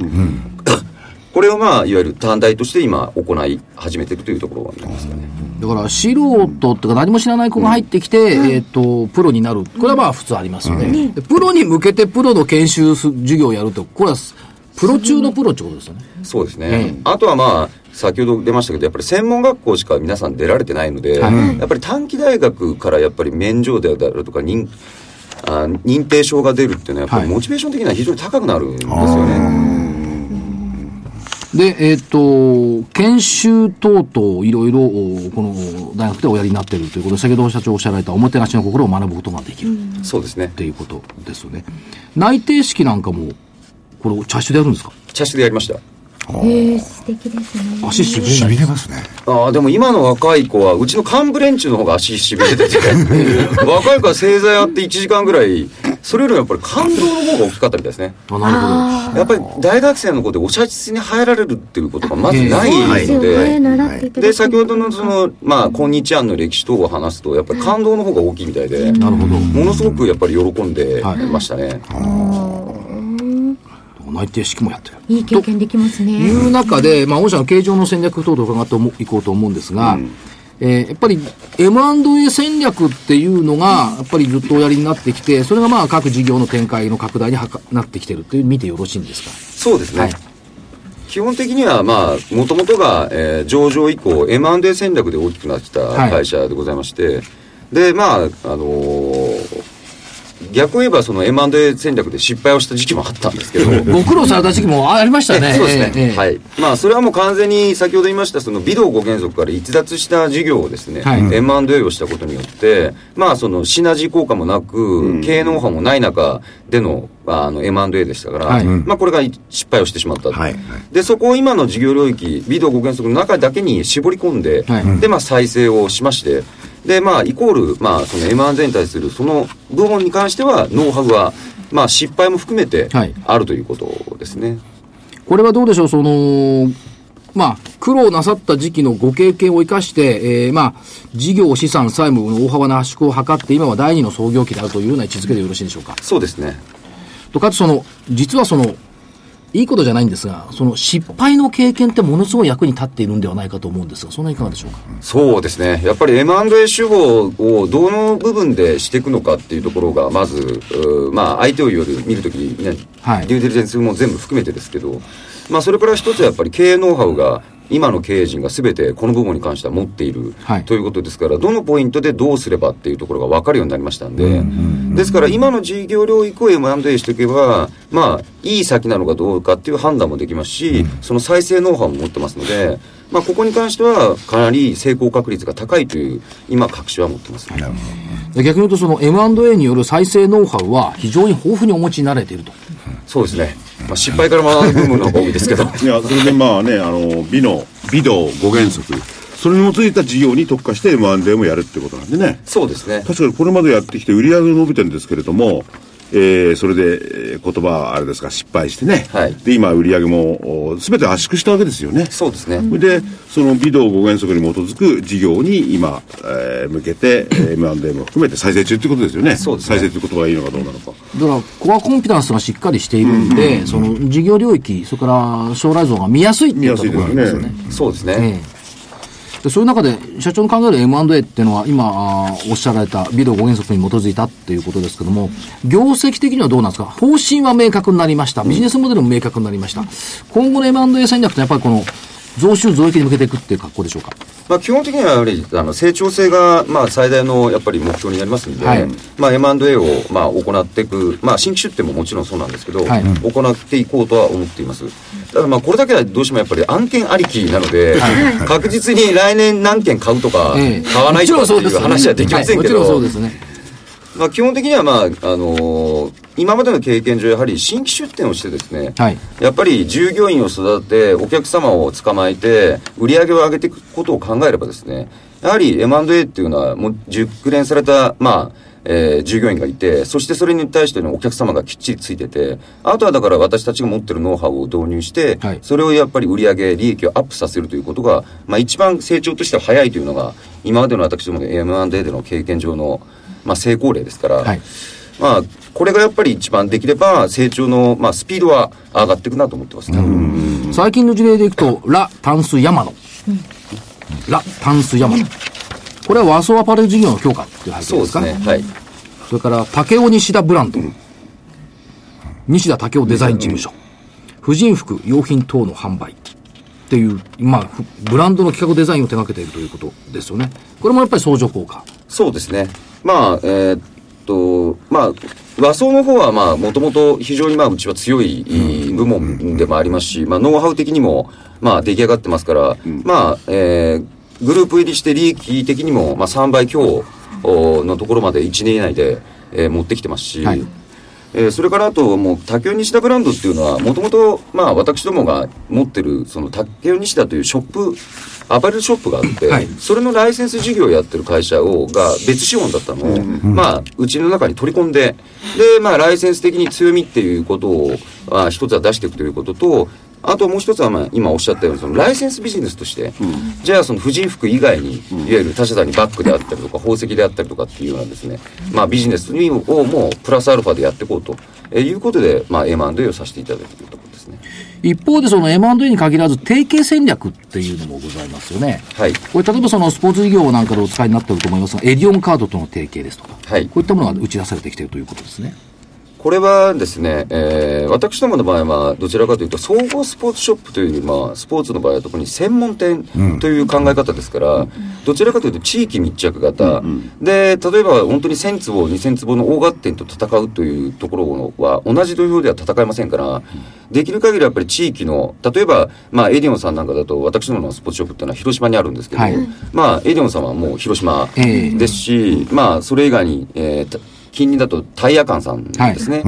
[SPEAKER 6] これを、まあ、いわゆる短大として今行い始めてるというところになりますかね
[SPEAKER 1] だから、素人っていうか、何も知らない子が入ってきて、えっ、と、プロになる。これはまあ、普通ありますよね、でプロに向けてプロの研修す授業をやると、これは、プロ中のプロってことですよね。
[SPEAKER 6] そうですね、あとはまあ先ほど出ましたけどやっぱり専門学校しか皆さん出られてないので、やっぱり短期大学からやっぱり免状であるとか認あ認定証が出るっていうのはやっぱり
[SPEAKER 1] はい
[SPEAKER 6] モチベーション的には非常に高くなるんですよね、
[SPEAKER 1] で、えっ、と、研修等々、いろいろ、おこの大学でおやりになってるということで、先ほど社長おっしゃられた、おもてなしの心を学ぶことができるっ
[SPEAKER 6] そうですね
[SPEAKER 1] ていうことですよね。内定式なんかも、これ、茶室でやるんですか
[SPEAKER 6] 茶室でやりました
[SPEAKER 2] えー、素敵ですね
[SPEAKER 1] 足しびれ
[SPEAKER 3] し
[SPEAKER 1] ない
[SPEAKER 3] びれますね。
[SPEAKER 6] ああ、でも今の若い子は、うちの幹部連中の方が足しび れてて、若い子は正座やって1時間ぐらい、それよりもやっぱり感動の方が大きかったみたいですね。
[SPEAKER 1] あなるほど。
[SPEAKER 6] やっぱり大学生の子でお茶室に入られるっていうことがまずない
[SPEAKER 2] そうです
[SPEAKER 6] の
[SPEAKER 2] よね、
[SPEAKER 6] で、
[SPEAKER 2] 習っていただ
[SPEAKER 6] で、先ほどのその、まあ、今日案の歴史等を話すと、やっぱり感動の方が大きいみたいで、
[SPEAKER 1] なるほど。
[SPEAKER 6] ものすごくやっぱり喜んで
[SPEAKER 1] はい
[SPEAKER 6] ましたね。
[SPEAKER 1] 内定式もやってる。
[SPEAKER 2] いい経験できます
[SPEAKER 1] とい
[SPEAKER 2] ね
[SPEAKER 1] う中で、まあ、御社の経常の戦略等々伺ってもいこうと思うんですが、えーやっぱり M&A 戦略っていうのが、やっぱりずっとおやりになってきて、それがまあ各事業の展開の拡大にはかなってきてるっていう見てよろしいんですか
[SPEAKER 6] そうですね。
[SPEAKER 1] はい
[SPEAKER 6] 基本的には、まあ、もともとが、えー上場以降、M&A 戦略で大きくなってきた
[SPEAKER 1] はい
[SPEAKER 6] 会社でございまして、で、まあ、あのー逆を言えば、その M&A 戦略で失敗をした時期もあったんですけど、
[SPEAKER 1] ご苦労された時期 もありましたね。
[SPEAKER 6] そうですね、
[SPEAKER 1] えーえー
[SPEAKER 6] はいまあ、それはもう完全に先ほど言いましたその微動五原則から逸脱した事業をですね、
[SPEAKER 1] はい
[SPEAKER 6] M&A をしたことによって、まあ、そのシナジー効果もなく、経営ノウハウもない中でのあの M&A でしたから、
[SPEAKER 1] はい
[SPEAKER 6] まあ、これが失敗をしてしまったと、
[SPEAKER 4] はいはい
[SPEAKER 6] でそこを今の事業領域、微動5原則の中だけに絞り込んで、
[SPEAKER 1] はい
[SPEAKER 6] でまあ、再生をしまして、でまあ、イコール、まあ、その M&A に対するその部門に関しては、ノウハウは、まあ、失敗も含めて
[SPEAKER 1] はい
[SPEAKER 6] あるということですね。
[SPEAKER 1] これはどうでしょう、その、まあ、苦労なさった時期のご経験を生かして、えーまあ、事業、資産、債務の大幅な圧縮を図って、今は第二の創業期であるというような位置づけでよろしいでしょうか。
[SPEAKER 6] そうですね
[SPEAKER 1] とかつ、その、実はその、いいことじゃないんですが、その失敗の経験ってものすごい役に立っているんではないかと思うんですが、その辺いかがでしょうか。
[SPEAKER 6] そうですね。やっぱり M&A 手法をどの部分でしていくのかっていうところが、まず、うーまあ、相手をより見るときに、ね
[SPEAKER 1] はい
[SPEAKER 6] デューデリジェンスも全部含めてですけど、まあ、それから一つはやっぱり経営ノウハウが、今の経営陣が全てこの部門に関しては持っている、
[SPEAKER 1] はい
[SPEAKER 6] ということですから、どのポイントでどうすればっていうところが分かるようになりましたんで、ですから今の事業領域を M&A しておけば、まあ、いい先なのかどうかっていう判断もできますし、その再生ノウハウも持ってますので、まあ、ここに関してはかなり成功確率が高いという、今、確信は持ってます。
[SPEAKER 1] 逆に言うと、その M&A による再生ノウハウは非常に豊富にお持ちになられていると。
[SPEAKER 6] そうですね。まあ、失敗から学ぶ部分の方が多いですけど。
[SPEAKER 4] いや、それでまあね、あの、美の、美道五原則。それに基づいた事業に特化して M&A もやるってことなんでね。
[SPEAKER 6] そうですね。
[SPEAKER 4] 確かにこれまでやってきて売り上げが伸びてるんですけれども、えーそれで、えー言葉はあれですか、失敗してね。
[SPEAKER 6] はい
[SPEAKER 4] で、今売り上げもお全て圧縮したわけですよね。
[SPEAKER 6] そうですね。
[SPEAKER 4] それで、その微動五原則に基づく事業に今、えー向けて、えー M&A も含めて再生中ってことですよね。
[SPEAKER 6] そうですね
[SPEAKER 4] 再生という言葉がいいのかどうなのか。
[SPEAKER 1] だから、コアコンピタンスがしっかりしているんで、その事業領域、それから将来像が見やすいって
[SPEAKER 4] 見
[SPEAKER 1] い
[SPEAKER 4] や
[SPEAKER 1] うと
[SPEAKER 4] すい
[SPEAKER 1] ころ
[SPEAKER 4] で
[SPEAKER 1] があ
[SPEAKER 4] す
[SPEAKER 1] り
[SPEAKER 4] よ
[SPEAKER 1] ますよね
[SPEAKER 4] ね。。
[SPEAKER 6] そうですね。
[SPEAKER 1] ええでそういう中で、社長の考える M&A っていうのは、今、あーおっしゃられた、ビデオ5原則に基づいたっていうことですけども、業績的にはどうなんですか方針は明確になりました。ビジネスモデルも明確になりました。今後の M&A 戦略ってやっぱりこの、増収増益に向けていくっていう格好でしょうか
[SPEAKER 6] まあ、基本的にはやはりあの成長性がまあ最大のやっぱり目標になりますので、
[SPEAKER 1] はい
[SPEAKER 6] まあ、M&A をまあ行っていく、まあ、新規出店ももちろんそうなんですけど、
[SPEAKER 1] はい
[SPEAKER 6] 行っていこうとは思っていますただまあこれだけはどうしてもやっぱり案件ありきなので、確実に来年何件買うとか、
[SPEAKER 1] ええ
[SPEAKER 6] 買わないとかって
[SPEAKER 1] もちろんそうで
[SPEAKER 6] い
[SPEAKER 1] す
[SPEAKER 6] う
[SPEAKER 1] よね
[SPEAKER 6] 話はできませんけど、
[SPEAKER 1] はいもちろんそうですね。
[SPEAKER 6] まあ、基本的には、まああのー今までの経験上やはり新規出店をしてですね、
[SPEAKER 1] はい
[SPEAKER 6] やっぱり従業員を育ててお客様を捕まえて売り上げを上げていくことを考えればですねやはり M&A っていうのはもう熟練された、まあえー従業員がいてそしてそれに対してのお客様がきっちりついててあとはだから私たちが持ってるノウハウを導入して、
[SPEAKER 1] はい
[SPEAKER 6] それをやっぱり売り上げ利益をアップさせるということが、まあ、一番成長としては早いというのが今までの私どもの M&A での経験上の、まあ、成功例ですから、
[SPEAKER 1] はい
[SPEAKER 6] まあ、これがやっぱり一番できれば成長の、まあ、スピードは上がっていくなと思ってますね。
[SPEAKER 1] 最近の事例でいくと、ラ・タンス・ヤマノ。ラ・タンス・ヤマノ。これは和装アパレル事業の強化っていう背景
[SPEAKER 6] そ
[SPEAKER 1] で
[SPEAKER 6] うですす
[SPEAKER 1] か
[SPEAKER 6] ね。はい。
[SPEAKER 1] それから、竹尾西田ブランド。西田竹尾デザイン事務所。婦人服、用品等の販売。っていう、まあ、ふブランドの企画デザインを手掛けているということですよね。これもやっぱり相乗効果。
[SPEAKER 6] そうですね。まあ、えーっと、まあ、和装の方は、まあ、もともと非常に、まあ、うちは強い部門でもありますし、まあ、ノウハウ的にも、まあ、出来上がってますから、まあ、えーグループ入りして利益的にも、まあ、3倍強おのところまで1年以内で、えー持ってきてますし、
[SPEAKER 1] はい
[SPEAKER 6] えーそれからあと、もう、竹尾西田ブランドっていうのは、もともと、まあ、私どもが持ってる、その、竹尾西田というショップ、アパレルショップがあって、
[SPEAKER 1] はい
[SPEAKER 6] それのライセンス事業をやってる会社を、が別資本だったのを、まあ、うちの中に取り込んで、で、まあ、ライセンス的に強みっていうことを、まあ、一つは出していくということと、あともう一つは、まあ、今おっしゃったように、そのライセンスビジネスとして、じゃあその婦人服以外に、いわゆる他社さんにバッグであったりとか、宝石であったりとかっていうようなですね、まあ、ビジネスにをもうプラスアルファでやっていこうとえいうことで、まあ、M&A をさせていただいているところですね。
[SPEAKER 1] 一方でその M&A に限らず提携戦略っていうのもございますよね。
[SPEAKER 6] はい
[SPEAKER 1] これ例えばそのスポーツ事業なんかでお使いになってると思いますが、エディオンカードとの提携ですとか、
[SPEAKER 6] はい
[SPEAKER 1] こういったものが打ち出されてきているということですね。
[SPEAKER 6] これはですね、えー私どもの場合はどちらかというと総合スポーツショップというよりまあスポーツの場合は特に専門店という考え方ですから、どちらかというと地域密着型、で例えば本当に1000坪2000坪の大型店と戦うというところは同じ土俵では戦えませんから、できる限りやっぱり地域の例えば、まあ、エディオンさんなんかだと私どものスポーツショップっていうのは広島にあるんですけど、
[SPEAKER 1] はい
[SPEAKER 6] まあ、エディオンさんはもう広島
[SPEAKER 1] ええ
[SPEAKER 6] ですし、まあ、それ以外に、えーた近隣だとタイヤ館さんですね。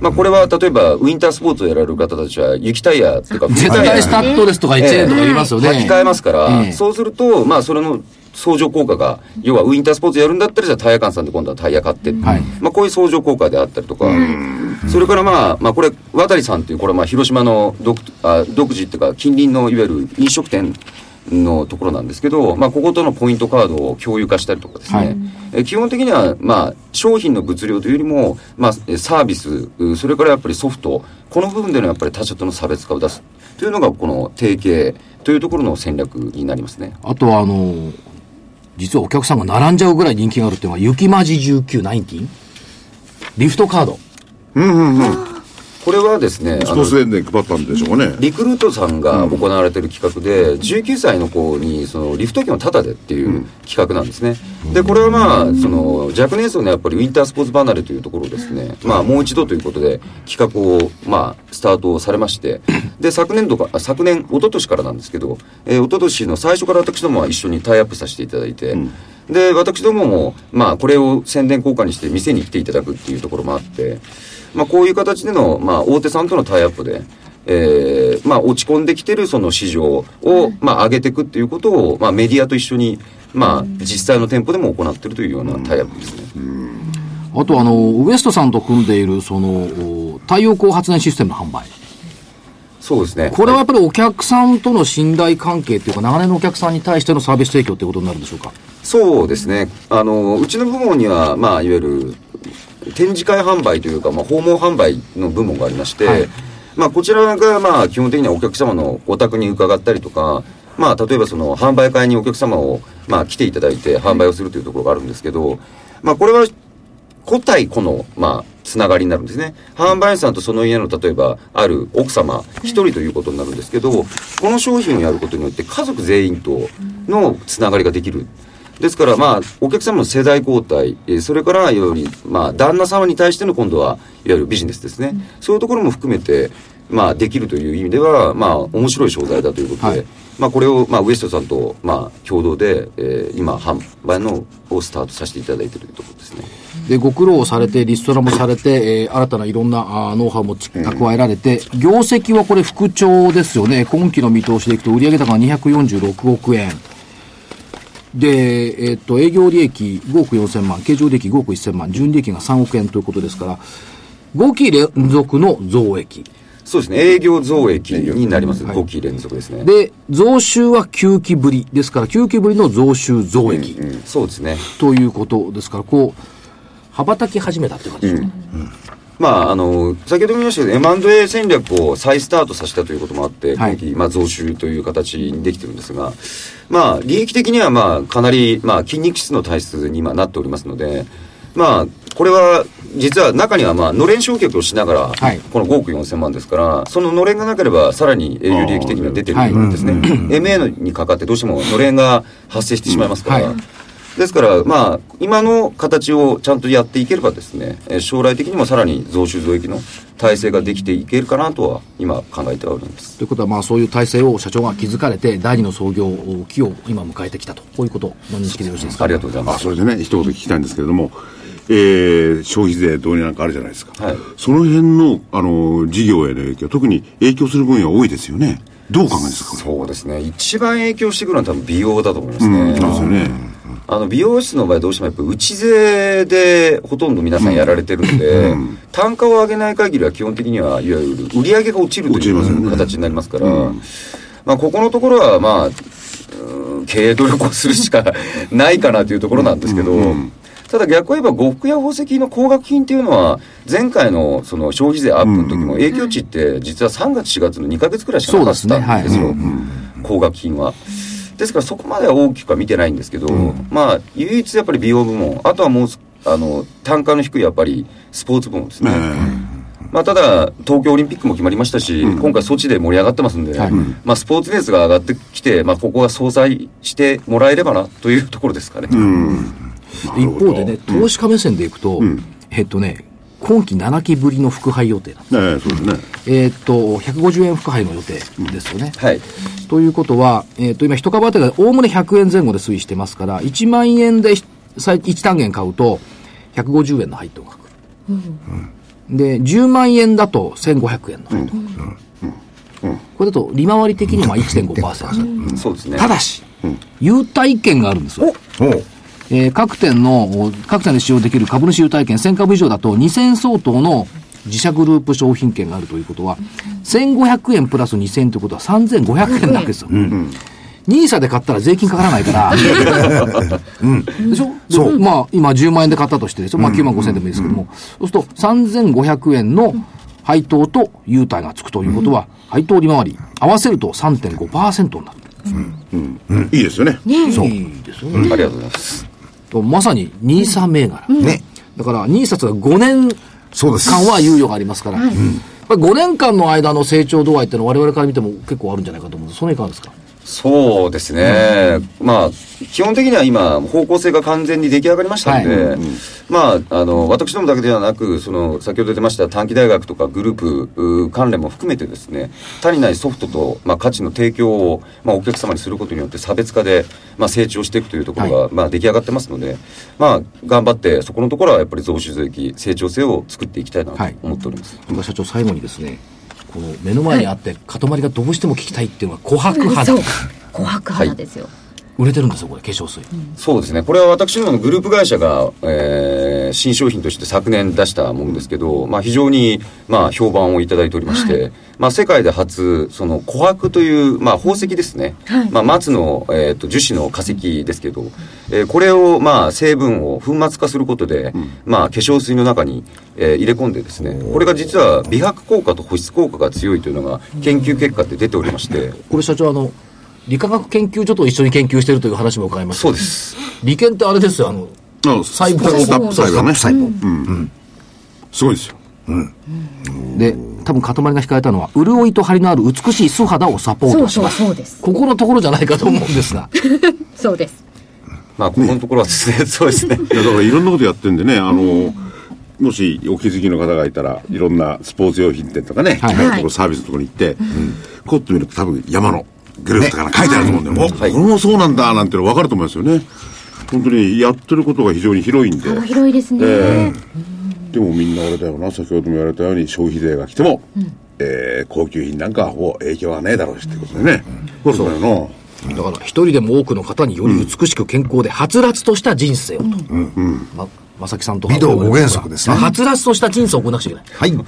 [SPEAKER 6] まあこれは例えばウィンタースポーツをやられる方たちは雪タイヤ っていうか冬
[SPEAKER 1] 絶
[SPEAKER 6] タイヤ
[SPEAKER 1] 対スタッドレスとか1円とか言いますよね。
[SPEAKER 6] 履き替えますから、
[SPEAKER 1] ええ
[SPEAKER 6] そうすると、まあ、それの相乗効果が、要はウィンタースポーツやるんだったら、じゃあタイヤ館さんで今度はタイヤ買って、
[SPEAKER 1] はい
[SPEAKER 6] まあ、こういう相乗効果であったりとか、それからまあ、まあ、これ、渡さんっていう、これはまあ、広島の独あ独自っていうか、近隣のいわゆる飲食店、のところなんですけど、まあ、こことのポイントカードを共有化したりとかですね、
[SPEAKER 1] はい
[SPEAKER 6] え基本的には、まあ、商品の物量というよりも、まあ、えサービスうそれからやっぱりソフトこの部分でのやっぱり他社との差別化を出すというのがこの提携というところの戦略になりますね。
[SPEAKER 1] あとはあの、実はお客さんが並んじゃうぐらい人気があるっていうのが、雪まじ19、19? リフトカード。
[SPEAKER 6] これはですねあの
[SPEAKER 4] 一つで配ったんでしょうかね。
[SPEAKER 6] リクルートさんが行われてる企画で、19歳の子にそのリフト券をタダでっていう企画なんですね。で、これはまあ、その若年層のやっぱりウィンタースポーツ離れというところをですね、まあもう一度ということで企画を、まあ、スタートをされまして、で、昨年度か、あ昨年、一昨年からなんですけど、えー、一昨年の最初から私どもは一緒にタイアップさせていただいて、で、私どもも、まあ、これを宣伝効果にして店に来ていただくっていうところもあって、まあ、こういう形での、まあ、大手さんとのタイアップで、えーまあ、落ち込んできてるその市場を、まあ、上げていくっていうことを、まあ、メディアと一緒に、まあ、実際の店舗でも行ってるというようなタイアップですね。
[SPEAKER 1] あとはあの、ウエストさんと組んでいる、その、お太陽光発電システムの販売。
[SPEAKER 6] そうですね。
[SPEAKER 1] これはやっぱりお客さんとの信頼関係っていうか、長年のお客さんに対してのサービス提供っていうことになるんでしょうか。
[SPEAKER 6] そうですね。あの、うちの部門には、まあ、いわゆる、展示会販売というか、まあ、訪問販売の部門がありまして、
[SPEAKER 1] はい
[SPEAKER 6] まあ、こちらが、まあ、基本的にはお客様のお宅に伺ったりとか、まあ、例えばその、販売会にお客様を、まあ、来ていただいて販売をするというところがあるんですけど、まあ、これは、個対個の、まあ、つながりになるんですね。販売員さんとその家の、例えば、ある奥様、一人ということになるんですけど、この商品をやることによって、家族全員とのつながりができる。ですから、まあ、お客様の世代交代、えーそれから、より、まあ、旦那様に対しての今度は、いわゆるビジネスですね。そういうところも含めて、まあ、できるという意味では、まあ、面白い商材だということで、
[SPEAKER 1] はい
[SPEAKER 6] まあ、これを、まあ、ウエストさんと、まあ、共同で、えー今、販売の、をスタートさせていただいているというところですね。
[SPEAKER 1] で、ご苦労をされて、リストラもされて、えー新たないろんなあーノウハウもち蓄えられて、業績はこれ復調ですよね。今期の見通しでいくと、売上高が246億円。で、えっと、営業利益5億4000万、経常利益5億1000万、純利益が3億円ということですから、5期連続の増益。
[SPEAKER 6] そうですね。営業増益になります。5期連続ですね。
[SPEAKER 1] で、増収は9期ぶり。ですから、9期ぶりの増収増益
[SPEAKER 6] うんそうですね。
[SPEAKER 1] ということですから、こう、羽ばたき始めたっていう感じですね。
[SPEAKER 6] まあ、あの、先ほども言いましたけど、M&A 戦略を再スタートさせたということもあって、
[SPEAKER 1] はい
[SPEAKER 6] 今期、まあ、増収という形にできてるんですが、まあ、利益的には、まあ、かなり、まあ、筋肉質の体質に今なっておりますので、まあ、これは、実は中には、まあ、のれん焼却をしながら、
[SPEAKER 1] はい
[SPEAKER 6] この5億4000万ですから、そののれんがなければ、さらに営業利益的には出てるんですね。MA にかかって、どうしてものれんが発生してしまいますから、
[SPEAKER 1] はい
[SPEAKER 6] ですから、まあ、今の形をちゃんとやっていければですね、えー将来的にもさらに増収増益の体制ができていけるかなとは、今考えてはおります。
[SPEAKER 1] ということは、まあ、そういう体制を社長が築かれて、第二の創業期を今迎えてきたと、こういうことの認識でよろしいですか。
[SPEAKER 6] ありがとうございま
[SPEAKER 4] あ、
[SPEAKER 6] す。
[SPEAKER 4] それでね、一言聞きたいんですけれども、えー消費税導入なんかあるじゃないですか。
[SPEAKER 6] はい
[SPEAKER 4] その辺の、あの、事業への影響、特に影響する分野多いですよね。どうお考えですか、これ
[SPEAKER 6] そうですね、一番影響してくるのは多分美容だと思いますね。
[SPEAKER 4] うん、そうですよね。
[SPEAKER 6] あの美容室の場合どうしてもやっぱ内税でほとんど皆さんやられてるんで、単価を上げない限りは基本的にはいわゆる売り上げが落ちると
[SPEAKER 4] 落ちますよ
[SPEAKER 6] いう
[SPEAKER 4] ね
[SPEAKER 6] 形になりますから、まあここのところはまあうーん経営努力をするしかないかなというところなんですけど、ただ逆を言えば呉服や宝石の高額品っていうのは前回のその消費税アップの時も影響値って実は3月4月の2ヶ月くらいしかなかったんですよ。
[SPEAKER 1] そうですねはい
[SPEAKER 6] 高額品は。ですからそこまでは大きくは見てないんですけど、まあ唯一やっぱり美容部門あとはもうすあの単価の低いやっぱりスポーツ部門ですね、まあ、ただ東京オリンピックも決まりましたし、今回措置で盛り上がってますんで、
[SPEAKER 1] はい
[SPEAKER 6] まあ、スポーツ熱が上がってきて、まあ、ここは総裁してもらえればなというところですかね、
[SPEAKER 1] 一方でね、投資家目線でいくと、えっとね、今期7期ぶりの副配予定だ。
[SPEAKER 4] ええそうですね。
[SPEAKER 1] えっと、150円副配の予定ですよね。
[SPEAKER 6] はい
[SPEAKER 1] ということは、えっと、今、一株当たりがおおむね100円前後で推移してますから、1万円で最1単元買うと、 150円の配当額。で、10万円だと1500円の配当額。これだと利回り的には1.5%。
[SPEAKER 6] そうですね。
[SPEAKER 1] ただし、優待券があるんですよ。
[SPEAKER 3] おう
[SPEAKER 1] えー各店の、お各店で使用できる株主優待券1000株以上だと2000円相当の自社グループ商品券があるということは、1500円プラス2000円ということは3500円なわけですよ。ニーサで買ったら税金かからないから。でしょそう。まあ、今10万円で買ったとしてでしょまあ9万5千円でもいいですけども。そうすると3500円の配当と優待がつくということは、配当利回り合わせると3.5%になる。
[SPEAKER 4] うんいいですよね。
[SPEAKER 1] そう。いいですよね。
[SPEAKER 6] ありがとうございます。
[SPEAKER 1] とまさに NISA 銘柄。
[SPEAKER 3] ね。
[SPEAKER 1] だから、ニーサスは5年
[SPEAKER 3] そうです。
[SPEAKER 1] 間は猶予がありますから、やっぱり5年間の間の成長度合いっていうのは、我々から見ても結構あるんじゃないかと思うんですそのいかがですか。
[SPEAKER 6] そうですね、まあ、基本的には今、方向性が完全に出来上がりましたので、
[SPEAKER 1] はい
[SPEAKER 6] まあ、あの私どもだけではなく、その先ほど出ました短期大学とかグループう関連も含めて、ですね足りないソフトと、まあ、価値の提供を、まあ、お客様にすることによって、差別化で、まあ、成長していくというところが、まあ、出来上がってますので、まあ、頑張って、そこのところはやっぱり増収増益、成長性を作っていきたいなと
[SPEAKER 1] はい
[SPEAKER 6] 思っております。
[SPEAKER 1] 僕は社長、最後にですね、この目の前にあって、塊がどうしても聞きたいっていうのが、琥珀肌
[SPEAKER 2] そう。琥珀肌ですよ。
[SPEAKER 1] 売れてるんですよ、これ、化粧水。
[SPEAKER 6] そうですね。これは私どものグループ会社が、えー新商品として昨年出したものですけど、まあ非常に、まあ評判をいただいておりまして、まあ世界で初、その琥珀という、まあ宝石ですね。
[SPEAKER 2] はい
[SPEAKER 6] まあ松の、えーと、樹脂の化石ですけど、えーこれを、まあ成分を粉末化することで、まあ化粧水の中に、えー入れ込んでですね、これが実は美白効果と保湿効果が強いというのが研究結果で出ておりまして、
[SPEAKER 1] これ、社長、あの、理化学研究所と一緒に研究してるという話も伺いました。
[SPEAKER 6] そうです。
[SPEAKER 1] 理研ってあれですよ、あの、
[SPEAKER 4] あの
[SPEAKER 1] 細胞
[SPEAKER 4] スタップ細胞ね。
[SPEAKER 3] 細胞
[SPEAKER 4] うんうん。すごいですよ。
[SPEAKER 1] で、多分塊が控えたのは、潤いと張りのある美しい素肌をサポー
[SPEAKER 2] そ
[SPEAKER 1] ト
[SPEAKER 2] う
[SPEAKER 1] し
[SPEAKER 2] そう
[SPEAKER 1] ます。
[SPEAKER 2] そうです。
[SPEAKER 1] ここのところじゃないかと思うんですが。
[SPEAKER 2] そうです。
[SPEAKER 6] まあここのところはですね、そうですね。
[SPEAKER 4] いやだからいろんなことやってんでね、あの、もしお気づきの方がいたら、いろんなスポーツ用品店とかね、
[SPEAKER 1] はい
[SPEAKER 4] 機械のところサービスのところに行って、こうやって見ると多分山のグループとか書いてあると思うんだよ。お、こ
[SPEAKER 6] は
[SPEAKER 4] れ
[SPEAKER 6] い
[SPEAKER 4] もそうなんだ、なんての分かると思いますよね。本当にやってることが非常に広いんで。
[SPEAKER 2] 幅広いですね。
[SPEAKER 4] えでもみんなあれだよな先ほども言われたように消費税が来ても、えー高級品なんかはほぼ影響はねえだろうしってことでね、これそうだよ
[SPEAKER 1] だから一人でも多くの方により美しく健康ではつらつとした人生をと、ままさきさんとか
[SPEAKER 3] 美道五原則ですね
[SPEAKER 1] はつらつとした人生を行わなくちゃいけない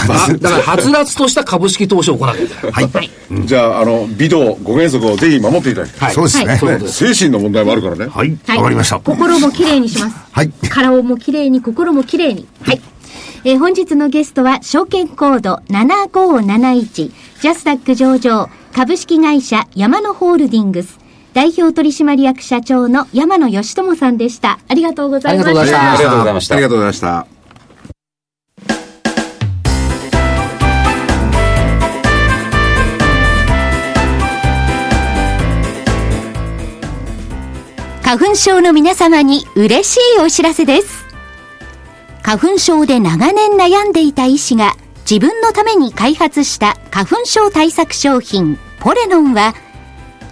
[SPEAKER 3] はい。
[SPEAKER 1] だからはつらつとした株式投資を行わなきゃいけない、
[SPEAKER 4] な、じゃああの美道五原則をぜひ守っていただきたい、
[SPEAKER 3] そうですね。
[SPEAKER 1] そういうこと
[SPEAKER 4] ね、
[SPEAKER 1] です
[SPEAKER 4] 精神の問題もあるからね、
[SPEAKER 3] はい。
[SPEAKER 2] はい
[SPEAKER 3] わかりました。
[SPEAKER 5] 心もきれいにします。
[SPEAKER 3] はい。
[SPEAKER 5] 顔もきれいに、心もきれいに。はい。えー本日のゲストは、証券コード7571、ジャスダック上場、株式会社山野ホールディングス、代表取締役社長の山野義友さんでした。ありがとうございま
[SPEAKER 1] ありがとうござ
[SPEAKER 5] し
[SPEAKER 1] いましたた。
[SPEAKER 6] ありがとうございまし
[SPEAKER 4] あ
[SPEAKER 6] た
[SPEAKER 4] り。がとうございました
[SPEAKER 5] 花粉症の皆様に嬉しいお知らせです。花粉症で長年悩んでいた医師が自分のために開発した花粉症対策商品ポレノンは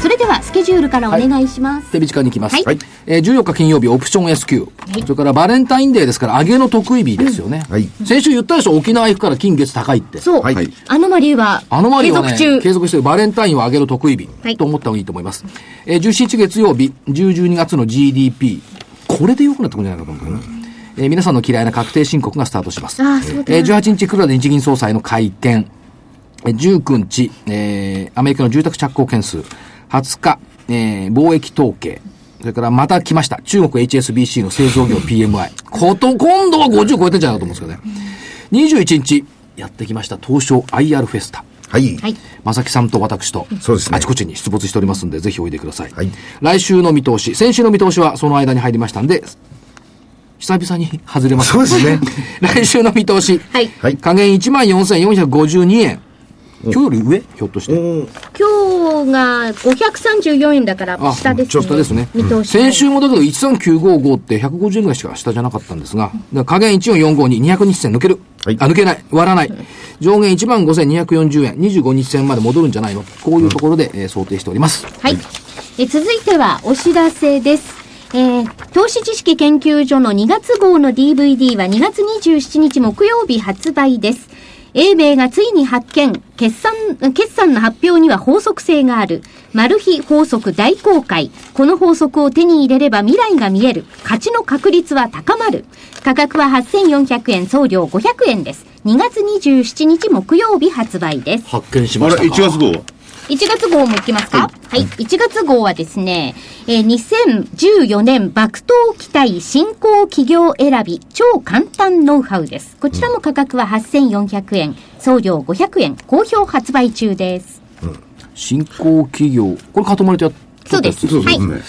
[SPEAKER 5] それではスケジュー
[SPEAKER 2] ジュール
[SPEAKER 5] ル
[SPEAKER 2] からお願いします。
[SPEAKER 1] 手短にいきます。
[SPEAKER 2] はい
[SPEAKER 3] はい
[SPEAKER 1] えー14日金曜日、オプション S q それからバレンタインデーですから、上げの得意日ですよね。
[SPEAKER 3] はい
[SPEAKER 1] 先週言ったでしょ、沖縄行くから金月高いって。
[SPEAKER 2] そう、
[SPEAKER 3] はい
[SPEAKER 4] はい
[SPEAKER 2] アノマリーは
[SPEAKER 1] あのマリ
[SPEAKER 2] 継
[SPEAKER 1] ーはね、
[SPEAKER 2] 続
[SPEAKER 1] 継
[SPEAKER 2] 中。
[SPEAKER 1] 続してるバレンタインは上げろ得意日、
[SPEAKER 2] はい
[SPEAKER 1] と思った方がいいと思います。えー、17日月曜日、10、12月の GDP。これで良くなってくるんじゃないかと思うんだけどね。えー皆さんの嫌いな確定申告がスタートします。
[SPEAKER 2] あーそうだ
[SPEAKER 1] えー18日黒田日銀総裁の会見。えー19日、えーアメリカの住宅着工件数。20日、えー貿易統計。それからまた来ました。中国 HSBC の製造業 PMI。こと、今度は50超えてんじゃないかと思うんですけどね。21日、やってきました。東証 IR フェスタ。
[SPEAKER 3] はい。
[SPEAKER 2] はい。
[SPEAKER 1] 正木さんと私と、
[SPEAKER 3] そうですね
[SPEAKER 1] あちこちに出没しておりますんで、ぜひおいでください,、
[SPEAKER 3] はい
[SPEAKER 1] 来週の見通し、先週の見通しはその間に入りましたんで、久々に外れました。
[SPEAKER 3] そうですね。
[SPEAKER 1] 来週の見通し、
[SPEAKER 2] はい。
[SPEAKER 3] はい
[SPEAKER 1] 加減14,452円。今日より上ひょっとして。
[SPEAKER 2] 今日が534円だから、
[SPEAKER 1] あ
[SPEAKER 2] 下ですね。
[SPEAKER 1] ちょっとですね。
[SPEAKER 2] 見通し。
[SPEAKER 1] 先週もだけど13955って150円ぐらいしか下じゃなかったんですが、だから加減1445に200日線抜ける。
[SPEAKER 3] はい
[SPEAKER 1] あ、抜けない。割らない。上限15,240円、25日線まで戻るんじゃないの。こういうところで、えー想定しております。
[SPEAKER 2] はい。え続いてはお知らせです。えー投資知識研究所の2月号の DVD は2月27日木曜日発売です。英米がついに発見、決算、決算の発表には法則性がある。マル秘法則大公開。この法則を手に入れれば未来が見える。勝ちの確率は高まる。価格は8400円、送料500円です。2月27日木曜日発売です。
[SPEAKER 1] 発見し
[SPEAKER 4] あれ、1月号は
[SPEAKER 2] 1月号もいきますか、はい、1月号はですね、えー2014年爆投期待新興企業選び超簡単ノウハウです。こちらも価格は8400円、送料500円、好評発売中です。
[SPEAKER 1] 新興企業、これ、かとまりとやっ
[SPEAKER 2] そうです。
[SPEAKER 4] そう
[SPEAKER 2] は
[SPEAKER 4] で
[SPEAKER 2] い
[SPEAKER 4] す、ね。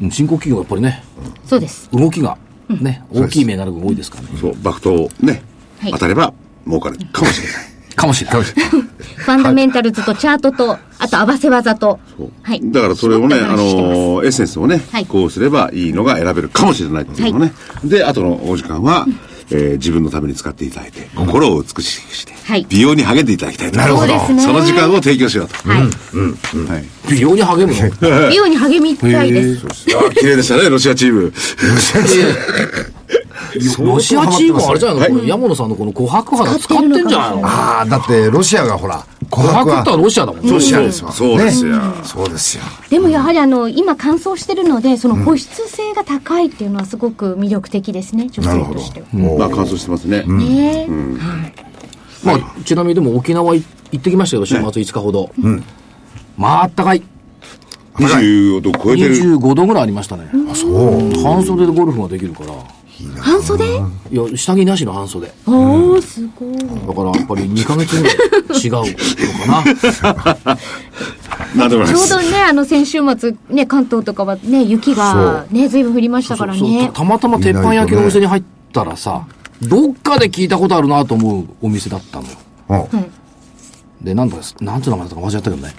[SPEAKER 1] うん新興企業はやっぱりね、
[SPEAKER 2] そうです。
[SPEAKER 1] 動きがね、大きい銘柄が多いですからね。
[SPEAKER 4] そう、爆投ね、
[SPEAKER 2] はい
[SPEAKER 4] 当たれば儲かるかもしれない。
[SPEAKER 1] かもしれない。
[SPEAKER 2] ファンダメンタルズとチャートと、あと合わせ技と。はい。
[SPEAKER 4] だからそれを
[SPEAKER 2] 絞
[SPEAKER 4] ね、
[SPEAKER 2] った
[SPEAKER 4] あ
[SPEAKER 2] お話してます
[SPEAKER 4] の、エッセンスをね、
[SPEAKER 2] はい
[SPEAKER 4] こうすればいいのが選べるかもしれないっていうのをね。で、あとのお時間は、えー自分のために使っていただいて、心を美しくして、
[SPEAKER 2] はい
[SPEAKER 4] 美容に励んでいただきたいと。
[SPEAKER 3] なるほどそう
[SPEAKER 2] ですね
[SPEAKER 4] その時間を提供しようと。
[SPEAKER 2] はい。
[SPEAKER 4] はい。
[SPEAKER 1] 美容に励むの。
[SPEAKER 2] 美容に励みたいです。
[SPEAKER 4] いやー綺麗でしたね、ロシアチー ム。
[SPEAKER 1] ロシアチームはあれじゃないの、
[SPEAKER 4] はい
[SPEAKER 1] これ、山野さんのこの琥珀肌使ってんじゃないの
[SPEAKER 3] ああ、だってロシアがほら、
[SPEAKER 1] 琥珀
[SPEAKER 3] 琥珀
[SPEAKER 1] ってのは
[SPEAKER 3] は
[SPEAKER 1] ロシアだもんね。
[SPEAKER 3] ロシアですわ。
[SPEAKER 4] そう
[SPEAKER 3] ね
[SPEAKER 4] ですよ
[SPEAKER 3] そうですよ。
[SPEAKER 2] でもやはりあの、今乾燥してるので、その保湿性が高いっていうのはすごく魅力的ですね、女
[SPEAKER 3] なる
[SPEAKER 2] 性
[SPEAKER 3] ほ
[SPEAKER 2] と
[SPEAKER 3] ど
[SPEAKER 2] しては。。
[SPEAKER 3] も う
[SPEAKER 4] まあ乾燥してますね。
[SPEAKER 2] ねえ
[SPEAKER 1] まあ、ちなみにでも沖縄い行ってきましたよ、週末5日ほど。まあ、あったかい。
[SPEAKER 4] 24度超えてる。
[SPEAKER 1] 25度ぐらいありましたね。
[SPEAKER 3] あそう。
[SPEAKER 1] 半袖でゴルフができるから。
[SPEAKER 2] 半袖
[SPEAKER 1] いや、下着なしの半袖。
[SPEAKER 2] おー、すごい。
[SPEAKER 1] だから、やっぱり2ヶ月ぐらい違うのかな。
[SPEAKER 4] なんでもな
[SPEAKER 2] ち
[SPEAKER 4] いで
[SPEAKER 2] ょう
[SPEAKER 4] す
[SPEAKER 2] ど。ね、あの、先週末、ね、関東とかはね、雪がね、ずいぶん降りましたから
[SPEAKER 1] そうそう
[SPEAKER 2] ね
[SPEAKER 1] た。たまたま鉄板焼きのお店に入ったらさ、どっかで聞いたことあるなと思うお店だったのよ
[SPEAKER 3] うん
[SPEAKER 1] でなんだかなんて名前だったか忘れちゃったけどね、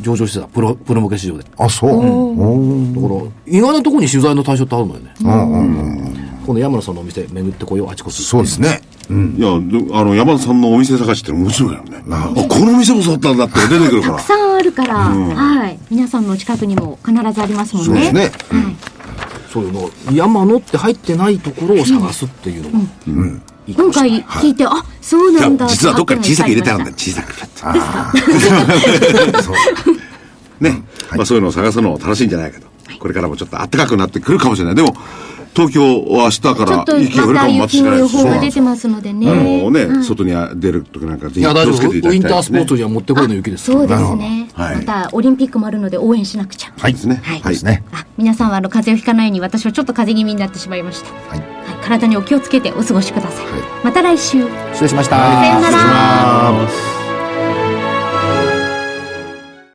[SPEAKER 1] 上場してたプロプロ向け市場でだか
[SPEAKER 3] あ、そう。おー
[SPEAKER 1] ら意外なとこに取材の対象ってあるのよね、
[SPEAKER 3] うんうんうん。
[SPEAKER 1] この山野さんのお店巡ってこようあちこち
[SPEAKER 3] そうですね。
[SPEAKER 4] いや、であの、山田さんのお店探しって面白いよね。あ、この店こそあったんだって出てくるか
[SPEAKER 2] た
[SPEAKER 4] ら
[SPEAKER 2] く。さんあるから、はい。皆さんの近くにも必ずありますも
[SPEAKER 3] そ
[SPEAKER 2] ん
[SPEAKER 3] うです
[SPEAKER 2] ね。
[SPEAKER 3] ね。
[SPEAKER 1] そういうの山野って入ってないところを探すっていうのが、いいか
[SPEAKER 2] 今
[SPEAKER 1] もしれない
[SPEAKER 2] 回聞いて、あ、そうなんだ。
[SPEAKER 4] 実はどっかに小さく入れてあるんだ
[SPEAKER 2] っ
[SPEAKER 4] よ小さくパッと
[SPEAKER 3] あ
[SPEAKER 4] ね、まあ、そういうのを探すのも楽しいんじゃないかと、これからもちょっと暖かくなってくるかもしれないでも東京は明日か
[SPEAKER 2] ちょっと
[SPEAKER 4] ら雪が降る
[SPEAKER 2] ま
[SPEAKER 4] か
[SPEAKER 2] た
[SPEAKER 4] も
[SPEAKER 2] 雪
[SPEAKER 4] しれ
[SPEAKER 2] の
[SPEAKER 4] ない
[SPEAKER 2] 予
[SPEAKER 4] です
[SPEAKER 2] 報が出て
[SPEAKER 4] し
[SPEAKER 2] ますので
[SPEAKER 4] あの
[SPEAKER 2] ね。
[SPEAKER 4] ね、外に出る時なんか
[SPEAKER 1] い
[SPEAKER 4] ぜひ
[SPEAKER 1] や
[SPEAKER 4] 気
[SPEAKER 1] 大
[SPEAKER 4] を
[SPEAKER 1] 丈
[SPEAKER 4] つけ
[SPEAKER 1] 夫
[SPEAKER 4] ていた
[SPEAKER 1] ウ
[SPEAKER 4] だ
[SPEAKER 1] イ
[SPEAKER 4] き
[SPEAKER 1] ン
[SPEAKER 4] た
[SPEAKER 1] タ
[SPEAKER 4] いで
[SPEAKER 1] ー
[SPEAKER 4] す
[SPEAKER 1] ス
[SPEAKER 4] ね
[SPEAKER 1] ポーツにはもってこいの雪です
[SPEAKER 2] そうで
[SPEAKER 1] ね
[SPEAKER 2] すね。
[SPEAKER 4] はい
[SPEAKER 2] また、オリンピックもあるので応援しなくちゃ。
[SPEAKER 4] はいですね
[SPEAKER 2] はい
[SPEAKER 4] はい、
[SPEAKER 3] ですね。
[SPEAKER 2] あ皆さんはあの風邪をひかないように私はちょっと風邪気味になってしまいました、はいい体にお気をつけてお過ごしください、また来週
[SPEAKER 1] 失礼しました
[SPEAKER 2] さようなら
[SPEAKER 4] あー